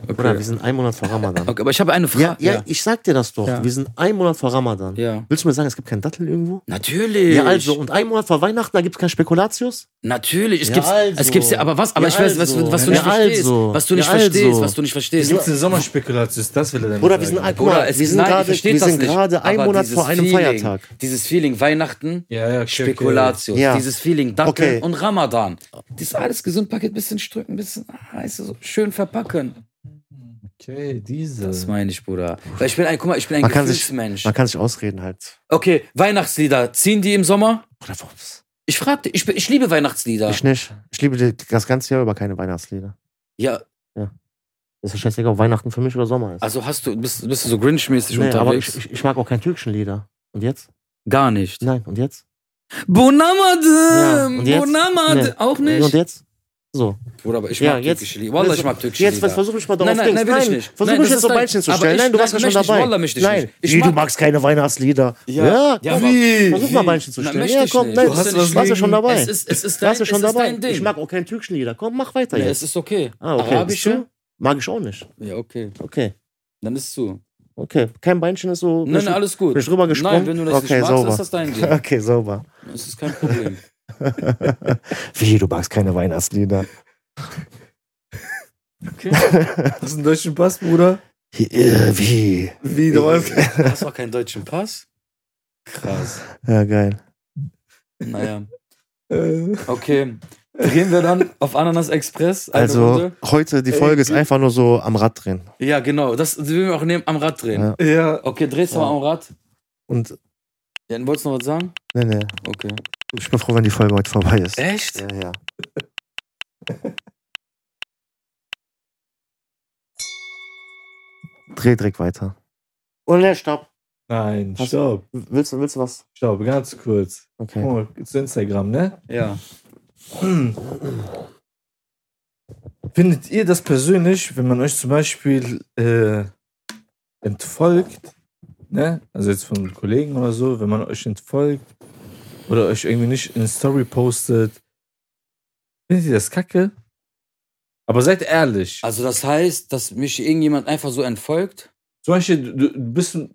C: Oder wir
B: Okay.
C: sind einen Monat vor Ramadan.
B: okay, aber ich habe eine
C: Ja,
B: Frage.
C: ja, ich sag dir das doch.
B: Ja.
C: Wir sind einen Monat vor Ramadan.
B: Ja.
C: Willst du mir sagen, es gibt keinen Dattel irgendwo?
B: Natürlich.
C: Ja, also, und einen Monat vor Weihnachten, da gibt es keinen Spekulatius?
B: Natürlich, es
C: Ja,
B: gibt's,
C: also.
B: es gibt's ja, aber was, aber
C: Ja,
B: ich weiß, was,
C: also.
B: was du
C: Ja,
B: nicht verstehst,
C: also.
B: was du nicht
C: Ja,
B: verstehst,
C: also.
B: was du nicht verstehst.
A: Gibt es den Sommerspekulatius? Das will er damit
C: Oder wir
A: sagen.
C: sind, guck
B: Bruder,
C: mal,
B: es
C: wir
B: ist-
C: sind
B: nein, ihr
C: gerade
B: versteht
C: wir
B: das
C: sind
B: nicht.
C: gerade einen
B: Aber
C: Monat
B: dieses
C: vor einem
B: Feeling,
C: Feiertag.
B: Dieses Feeling Weihnachten,
A: Ja, ja, okay,
B: Spekulatius,
C: Ja.
B: dieses Feeling Datteln
C: Okay.
B: und Ramadan. Das ist alles gesund, Paket bisschen strücken, bisschen, ah, weißt du, so schön verpacken.
A: Okay, diese.
B: Das meine ich, Bruder. Weil ich bin ein, guck mal, ich bin ein
C: Man kann sich-
B: Gefühlsmensch.
C: Man kann sich ausreden halt.
B: okay, Weihnachtslieder, ziehen die im Sommer?
C: Oder was?
B: Ich fragte, ich, bin- ich liebe Weihnachtslieder.
C: Ich nicht. Ich liebe die- das ganze Jahr über keine Weihnachtslieder.
B: ja,
C: Ist ja scheißegal, ob Weihnachten für mich oder Sommer ist.
B: also hast du, bist, bist du so Grinch-mäßig
C: nee, aber
B: unterwegs?
C: ich, ich, ich mag auch keine türkischen Lieder. Und jetzt?
B: Gar nicht.
C: Nein, und jetzt? Ja,
B: Bonamadim!
C: und jetzt?
B: Bonamadim!
C: Nee.
B: Auch
C: Und
B: nicht?
C: jetzt? So.
B: Bruder, aber ich
C: Ja,
B: mag
C: jetzt-
B: türkische Lieder. Wallah, ich mag türkische
C: Jetzt
B: Lieder.
C: versuch mich mal
B: Nein,
C: darauf
B: nein,
C: denkst.
B: nein, will ich nicht.
C: Versuch
B: Nein, das
C: mich jetzt
B: ist
C: so
B: dein-
C: Beinchen zu
B: aber
C: stellen.
B: ich-
C: Nein, du warst
B: nein,
C: ja schon
B: möchte ich-
C: dabei.
B: Wallah, möchte ich
C: nein,
B: nicht. Ich
C: wie, du
B: mag-
C: magst keine Weihnachtslieder.
B: Ja.
C: Ja,
B: Ja,
C: komm,
A: Wie?
C: versuch mal
A: Wie?
C: Beinchen zu
B: Nein,
C: stellen.
B: möchte
C: Ja,
B: ich
C: komm,
B: nicht.
C: nein,
B: Du hast
C: du
A: was
C: warst ja schon
A: gegen-
C: dabei.
B: Es ist, es ist
C: Du
B: dein,
C: warst ja
B: es
C: schon
B: ist
C: dabei.
B: dein Ding.
C: Ich mag auch keine türkischen Lieder. Komm, mach weiter
B: nee,
C: jetzt.
B: es ist okay.
C: Ah, okay.
B: Arabische?
C: Siehst du? Mag ich auch nicht.
B: Ja, okay.
C: Okay,
B: Dann ist es so.
C: okay. Kein Beinchen ist so.
B: Nein, nein, alles gut.
C: bin ich drüber gesprungen?
B: Nein, wenn du das
C: Okay,
B: nicht magst,
C: sauber.
B: ist das dein Ding.
C: *laughs* Okay, sauber.
B: Es ist kein Problem.
C: Wie, du magst keine Weihnachtslieder.
B: Okay.
A: Hast du einen deutschen Pass, Bruder?
C: Hier, äh, Wie?
A: Wie, du hast...
B: Hast du auch keinen deutschen Pass? Krass.
C: *laughs* Ja, geil.
B: Naja.
A: Äh,
B: Okay. Drehen wir dann auf Ananas Express eine
C: Also,
B: Runde?
C: heute, die Folge ist einfach nur so am Rad drehen.
B: Ja, genau. Das das will ich auch nehmen, am Rad drehen.
A: *laughs*
C: Ja.
A: ja,
B: Okay, drehst du mal am Rad.
C: Und,
B: Ja, wolltest du noch was sagen?
C: nee, nee.
B: Okay.
C: Ich bin froh, wenn die Folge heute vorbei ist.
B: Echt?
C: Ja, ja. *laughs* Dreh direkt weiter. Und der Oh, Stopp.
A: nein,
C: Hast-
A: stopp,
C: Willst du, willst du was? Oh.
A: stopp, ganz kurz.
C: Okay.
A: Guck mal, zu Instagram, ne?
B: Ja.
A: Findet ihr das persönlich, wenn man euch zum Beispiel äh, entfolgt, ne? Also jetzt von Kollegen oder so, wenn man euch entfolgt oder euch irgendwie nicht in eine Story postet, findet ihr das kacke? Aber seid ehrlich.
B: Also das heißt, dass mich irgendjemand einfach so entfolgt?
A: Zum Beispiel, du, du bist ein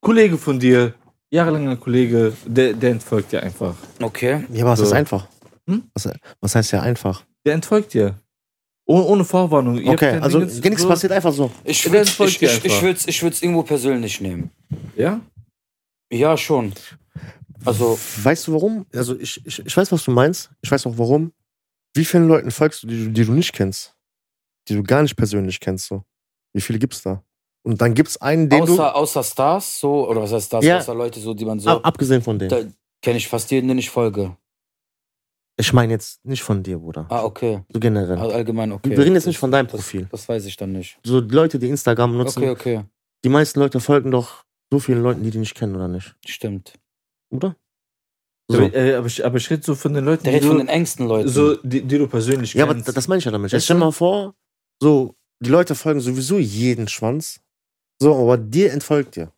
A: Kollege von dir, jahrelanger Kollege, der, der entfolgt dir einfach.
B: Okay.
C: Ja, aber es
A: So.
C: ist einfach.
A: Hm?
C: Was, was heißt ja einfach?
A: Der entfolgt dir. Oh, ohne Vorwarnung. Ihr habt
C: okay,
A: kein
C: also
A: Dingens-
C: nichts
A: so.
C: passiert einfach so.
B: Ich
A: Der
B: würde ich,
A: entfolgt
B: ich,
A: dir
B: ich,
A: einfach.
B: würd's- ich würd's irgendwo persönlich nehmen.
A: Ja?
B: Ja, schon. Also,
C: Weißt du warum? Also ich, ich, ich weiß, was du meinst. Ich weiß auch warum. Wie vielen Leuten folgst du, die, du- die du nicht kennst? Die du gar nicht persönlich kennst, so. Wie viele gibt's da? Und dann gibt's einen, den
B: außer, außer Stars, so, oder was heißt Stars,
C: Ja. Ah,
B: außer Leute, so, die man
C: du.
B: so.
C: Abgesehen von denen.
B: Da kenne ich fast jeden, den ich folge.
C: Ich meine jetzt nicht von dir, Bruder.
B: Ah, okay.
C: So generell.
B: Also allgemein, okay.
C: Wir reden jetzt nicht von deinem Profil.
B: Das weiß ich dann nicht.
C: So die Leute, die Instagram nutzen,
B: Okay, okay.
C: die meisten Leute folgen doch so vielen Leuten, die die nicht kennen, oder nicht?
B: Stimmt.
C: Oder? So.
A: Aber, äh, aber, ich, aber ich rede so von den Leuten,
B: Der
A: die
B: redet von
A: du,
B: den engsten Leuten.
A: so, die, die du persönlich
C: Ja, aber
A: kennst.
C: das, das meine ich ja damit.
A: Weißt
C: Jetzt stell mal vor, so, die Leute folgen sowieso jeden Schwanz. So, aber dir entfolgt dir.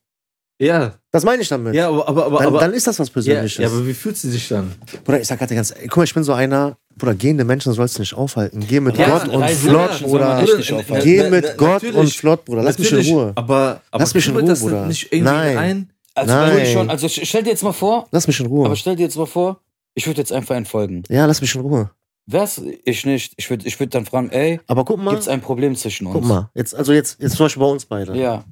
A: ja,
C: Das meine ich damit.
A: ja, aber, aber, aber,
C: dann,
A: aber,
C: dann ist das was
A: ja,
C: Persönliches.
A: ja, aber wie fühlt sie sich dann?
C: Bruder, ich sag gerade ganz, ey, guck mal, ich bin so einer, Bruder, gehende Menschen sollst du nicht aufhalten. Geh mit
B: Ja,
C: Gott und
B: reisende
C: flott,
B: Menschen soll man
C: Bruder.
B: echt nicht aufhalten.
C: Geh mit Gott und flott, Bruder. Lass mich in
A: ne, natürlich,
C: Ruhe.
A: Aber, aber
C: Lass mich in
A: kümmert
C: Ruhe,
A: das denn
C: Bruder.
A: nicht irgendwie
C: Nein.
A: ein?
B: Also,
C: Nein. Oh.
B: würde ich schon, also sch- stell dir jetzt mal vor,
C: Lass mich in Ruhe.
B: aber stell dir jetzt mal vor, ich würde jetzt einfach entfolgen.
C: Ja, lass mich in Ruhe.
B: Wär's ich nicht, ich würde ich würd dann fragen, ey,
C: Aber guck mal,
B: gibt's ein Problem zwischen uns?
C: guck mal. Jetzt, also jetzt, jetzt zum Beispiel bei uns beide.
B: Ja.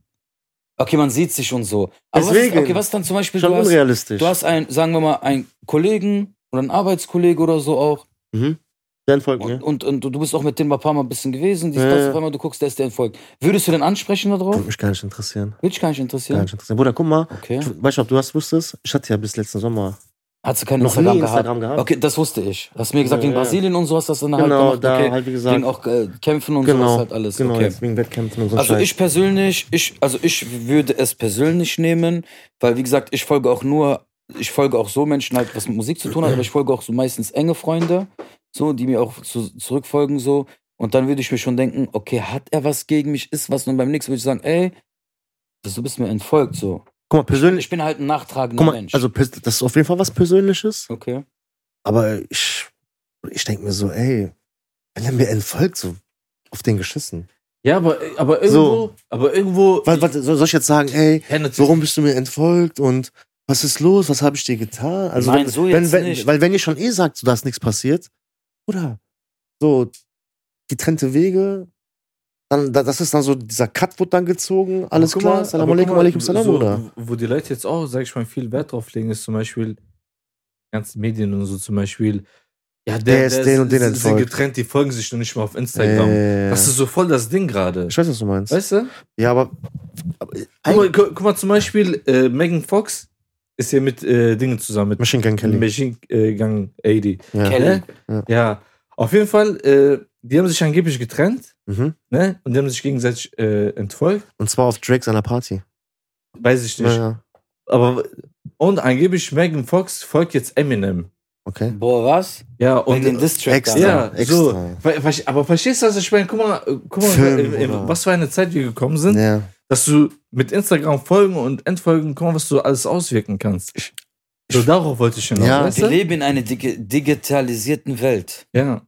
B: Okay, man sieht sich und so. Aber was
C: Deswegen.
B: ist, okay, was dann zum Beispiel,
C: Schon
B: du hast,
C: unrealistisch.
B: du hast einen, sagen wir mal, einen Kollegen oder einen Arbeitskollege oder so auch.
C: mhm. Dann folgt
B: Und,
C: mir.
B: und, und du bist auch mit dem ein paar Mal ein bisschen gewesen, dies,
C: Ja,
B: das,
C: ja.
B: auf einmal du guckst, der ist der entfolgt. Würdest du den ansprechen da drauf?
C: Würde mich gar nicht interessieren.
B: Würde ich gar nicht
C: Gar
B: interessieren.
C: nicht interessieren. Bruder, guck mal.
B: Okay.
C: Du, weißt du, ob du das wusstest? Ich hatte ja bis letzten Sommer
B: Hat sie kein
C: noch
B: Instagram,
C: nie
B: gehabt?
C: Instagram gehabt.
B: Okay, das wusste ich. Hast mir gesagt,
C: Ja,
B: in
C: ja.
B: Brasilien und so hast du das dann halt
C: Genau,
B: gemacht.
C: da
B: okay.
C: halt wie gesagt.
B: Wegen auch äh, Kämpfen und
C: genau,
B: sowas halt alles.
C: genau
B: okay.
C: jetzt wegen Wettkämpfen und so.
B: Also
C: Scheiß.
B: ich persönlich, ich, also ich würde es persönlich nehmen, weil wie gesagt, ich folge auch nur, ich folge auch so Menschen halt, was mit Musik zu tun hat, aber ich folge auch so meistens enge Freunde, so, die mir auch zu, zurückfolgen so. Und dann würde ich mir schon denken, okay, hat er was gegen mich, ist was? Und beim nächsten würde ich sagen, ey, dass du bist mir entfolgt so.
C: Guck mal, persönlich.
B: Ich bin halt ein nachtragender
C: Guck mal,
B: Mensch.
C: also pers- das ist auf jeden Fall was Persönliches.
B: okay.
C: Aber ich, ich denke mir so, ey, wenn er mir entfolgt, so auf den geschissen.
A: Ja, aber, aber irgendwo, aber irgendwo.
C: Was, was, soll ich jetzt sagen, ey,
A: Ja, natürlich.
C: warum bist du mir entfolgt und was ist los, was habe ich dir getan? Also
B: Nein,
C: wenn,
B: so
C: wenn,
B: jetzt
C: wenn,
B: nicht.
C: Weil wenn ihr schon eh sagt, so, da ist nichts passiert, oder so getrennte Wege, dann, da- das ist dann so, dieser Cut wird dann gezogen, alles
A: Aber guck
C: klar,
A: mal,
C: Salam
A: aber guck
C: alaikum,
A: mal,
C: alaikum salam,
A: so,
C: oder?
A: Wo die Leute jetzt auch, sag ich mal, viel Wert drauf legen, ist zum Beispiel die ganzen Medien und so zum Beispiel. Ja, der,
C: Der ist den und den
A: sie- sind
C: entfolgt.
A: getrennt, die folgen sich noch nicht mal auf Instagram.
C: Äh,
A: Das ist so voll das Ding gerade.
C: ich weiß, was du meinst.
A: Weißt du?
C: Ja, aber, aber
A: Guck mal, gu- guck mal zum Beispiel, äh, Megan Fox ist hier mit äh, Dingen zusammen, mit
C: Machine Gun Kelly.
A: Machine äh, Gun 80.
C: Ja.
B: Kelly.
A: Ja, auf jeden Fall, äh, die haben sich angeblich getrennt,
C: Mhm.
A: ne? Und die haben sich gegenseitig äh, entfolgt.
C: Und zwar auf Drake seiner Party.
A: Weiß ich nicht.
C: Ja, ja.
A: Aber und angeblich Megan Fox folgt jetzt Eminem.
C: Okay.
B: Boah, was?
A: Ja,
B: Und
A: und
B: den Distrack
C: Extra.
B: da.
A: ja,
C: extra.
A: so. Ver- ver- Aber verstehst du das? Ich meine, guck mal, äh, guck mal in,
C: Film,
A: in,
C: Bruder.
A: was für eine Zeit wir gekommen sind,
C: Ja.
A: dass du mit Instagram folgen und entfolgen, guck mal, was du alles auswirken kannst. so darauf wollte ich hinaus.
C: Ja.
A: weißt
B: Wir
A: du?
B: leben in einer digi- digitalisierten Welt.
A: ja.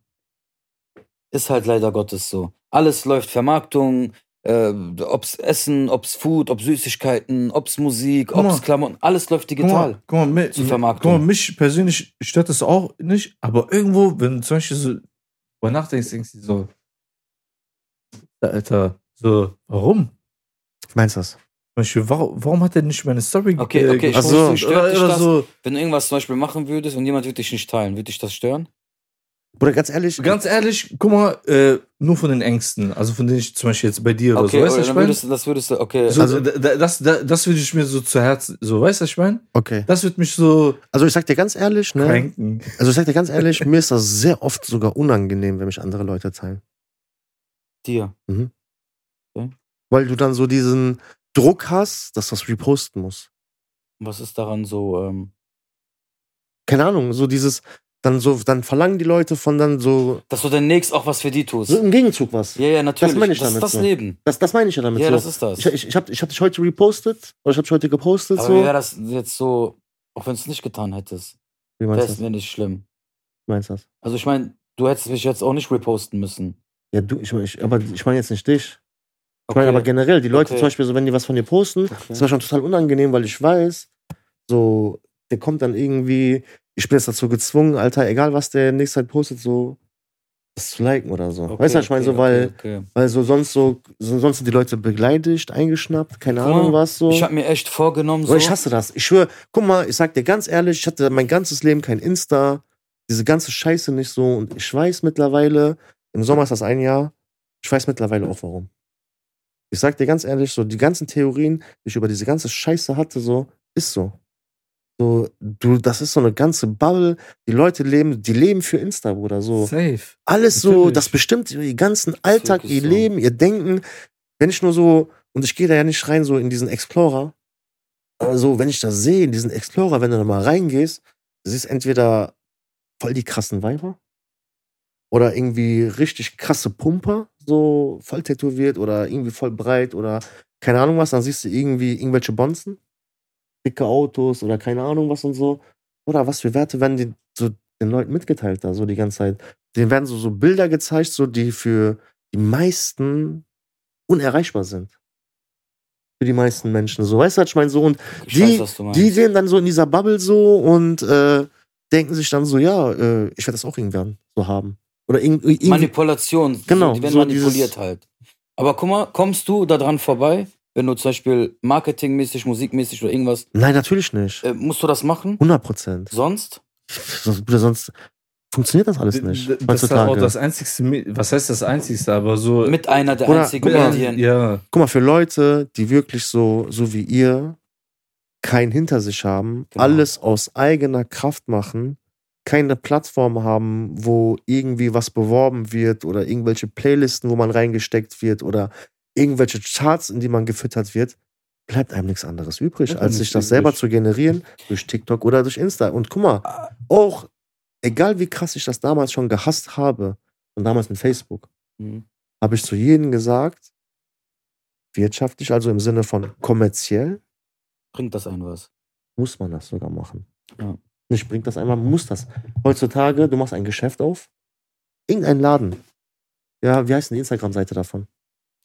B: Ist halt leider Gottes so. Alles läuft Vermarktung, äh, ob's Essen, ob's Food, ob's Süßigkeiten, ob's Musik,
A: Guck
B: ob's
A: mal.
B: Klamotten, alles läuft
A: Guck
B: digital.
A: mal, guck, mal, mi-
B: Zur
A: guck
B: Vermarktung.
A: mal, mich persönlich stört das auch nicht, aber irgendwo, wenn du zum Beispiel so drüber nachdenkst, denkst du so, Alter, so, warum?
C: Ich meinst das?
A: Zum Beispiel, warum, warum hat er nicht meine Story
B: Okay,
A: ge-
B: okay, ich
A: gepostet?
C: verstehe,
B: stört
A: oder,
B: dich
A: oder
B: das?
A: so.
B: Wenn du irgendwas zum Beispiel machen würdest und jemand würde dich nicht teilen, würde dich das stören?
C: Bruder, ganz ehrlich,
A: Ganz ehrlich, guck mal, äh, nur von den Ängsten, also von denen ich zum Beispiel jetzt bei dir
B: Okay,
A: oder so, weißt du,
B: oder
A: was ich
B: dann
A: meine?
B: würdest, du- das würdest du, okay.
A: So,
C: Also-
A: da, da, das da, das würde ich mir so zu Herzen, so, weißt du, was ich meine?
C: okay.
A: Das wird mich so
C: Also ich sag dir ganz ehrlich, ne?
A: kränken.
C: Also ich sag dir ganz ehrlich, mir ist das sehr oft sogar unangenehm, wenn mich andere Leute teilen.
B: dir.
C: Weil du dann so diesen Druck hast, dass du das reposten muss.
B: Was ist daran so, ähm,
C: Keine Ahnung, so dieses, dann so, dann verlangen die Leute von dann so,
B: dass du demnächst auch was für die tust?
C: so im Gegenzug was.
B: Ja, ja, natürlich. Das,
C: meine ich
B: ist
C: damit
B: das
C: so.
B: Leben.
C: Das, das meine ich ja damit
B: Ja,
C: so.
B: das ist das.
C: ich, ich, ich habe ich hab dich heute repostet oder ich habe dich heute gepostet
B: Aber
C: so.
B: wie wäre das jetzt so, auch wenn du es nicht getan hättest,
C: Wie
B: wäre
C: meinst du
B: es
C: das?
B: mir nicht schlimm.
C: Wie meinst du das?
B: Also ich meine, du hättest mich jetzt auch nicht reposten müssen.
C: Ja, du, ich, ich, aber ich meine jetzt nicht dich. Ich meine
B: Okay.
C: aber generell, die Leute
B: Okay.
C: zum Beispiel, so wenn die was von dir posten,
B: Okay.
C: das war schon total unangenehm, weil ich weiß, so, der kommt dann irgendwie, ich bin jetzt dazu gezwungen, Alter, egal was der nächste Zeit postet, so, das zu liken oder so.
B: Okay,
C: weißt du, was ich meine,
B: okay,
C: so, weil,
B: okay, okay.
C: weil so sonst so, so, sonst sind die Leute beleidigt, eingeschnappt, keine
B: Guck
C: Ahnung
B: mal,
C: was, so.
B: Ich habe mir echt vorgenommen, so.
C: Weil ich hasse das. Ich schwöre, guck mal, ich sag dir ganz ehrlich, ich hatte mein ganzes Leben kein Insta, diese ganze Scheiße nicht so. Und ich weiß mittlerweile, im Sommer ist das ein Jahr, ich weiß mittlerweile auch warum. Ich sag dir ganz ehrlich, so die ganzen Theorien, die ich über diese ganze Scheiße hatte, so, ist so. So, du, das ist so eine ganze Bubble. Die Leute leben, die leben für Insta, Bruder. So
A: Safe.
C: alles so,
A: Natürlich.
C: das bestimmt ihren ganzen Alltag,
B: wirklich
C: ihr
B: so.
C: Leben, ihr Denken. Wenn ich nur so, und ich gehe da ja nicht rein, so in diesen Explorer, aber so, wenn ich das sehe, in diesen Explorer, wenn du da mal reingehst, du siehst entweder voll die krassen Weiber oder irgendwie richtig krasse Pumper, so voll tätowiert oder irgendwie voll breit oder keine Ahnung was, dann siehst du irgendwie irgendwelche Bonzen, dicke Autos oder keine Ahnung was und so. Oder was für Werte werden die, so den Leuten mitgeteilt da so die ganze Zeit? Denen werden so, so Bilder gezeigt, so die für die meisten unerreichbar sind. Für die meisten Menschen. So, weißt du, was ich meine? So, und
B: Ich
C: die-
B: weiß, was du meinst.
C: die sehen dann so in dieser Bubble so und äh, denken sich dann so, ja, äh, ich werde das auch irgendwann so haben. Oder irgend- irgendwie.
B: Manipulation.
C: Genau,
B: So, die werden
C: so dieses-
B: manipuliert halt. Aber guck mal, kommst du daran vorbei, wenn du zum Beispiel marketingmäßig, musikmäßig oder irgendwas,
C: Nein, natürlich nicht.
B: äh, musst du das machen?
C: 100 Prozent.
B: Sonst?
C: Sonst, Bruder, sonst funktioniert das alles nicht.
A: D- d- Das ist halt auch
C: heutzutage.
A: das einzigste, Mi- was heißt das einzigste, aber so.
B: Mit einer der
C: Oder-
B: einzigen
C: Guck mal,
B: Medien.
A: ja.
C: Guck mal, für Leute, die wirklich so, so wie ihr, kein hinter sich haben,
B: Genau.
C: alles aus eigener Kraft machen, keine Plattform haben, wo irgendwie was beworben wird oder irgendwelche Playlisten, wo man reingesteckt wird oder irgendwelche Charts, in die man gefüttert wird, bleibt einem nichts anderes übrig,
A: Bleibt
C: als
A: einem
C: sich
A: nichts
C: das
A: übrig. Ah.
C: selber zu generieren durch TikTok oder durch Insta. Und guck mal, auch egal wie krass ich das damals schon gehasst habe, und damals mit Facebook,
B: Mhm.
C: habe ich zu jedem gesagt, Wirtschaftlich, also im Sinne von kommerziell,
B: Bringt das ein was?
C: muss man das sogar machen.
B: Ja.
C: Nicht bringt das einmal, man muss das. Heutzutage, du machst ein Geschäft auf, irgendein Laden. Ja, wie heißt denn die Instagram-Seite davon?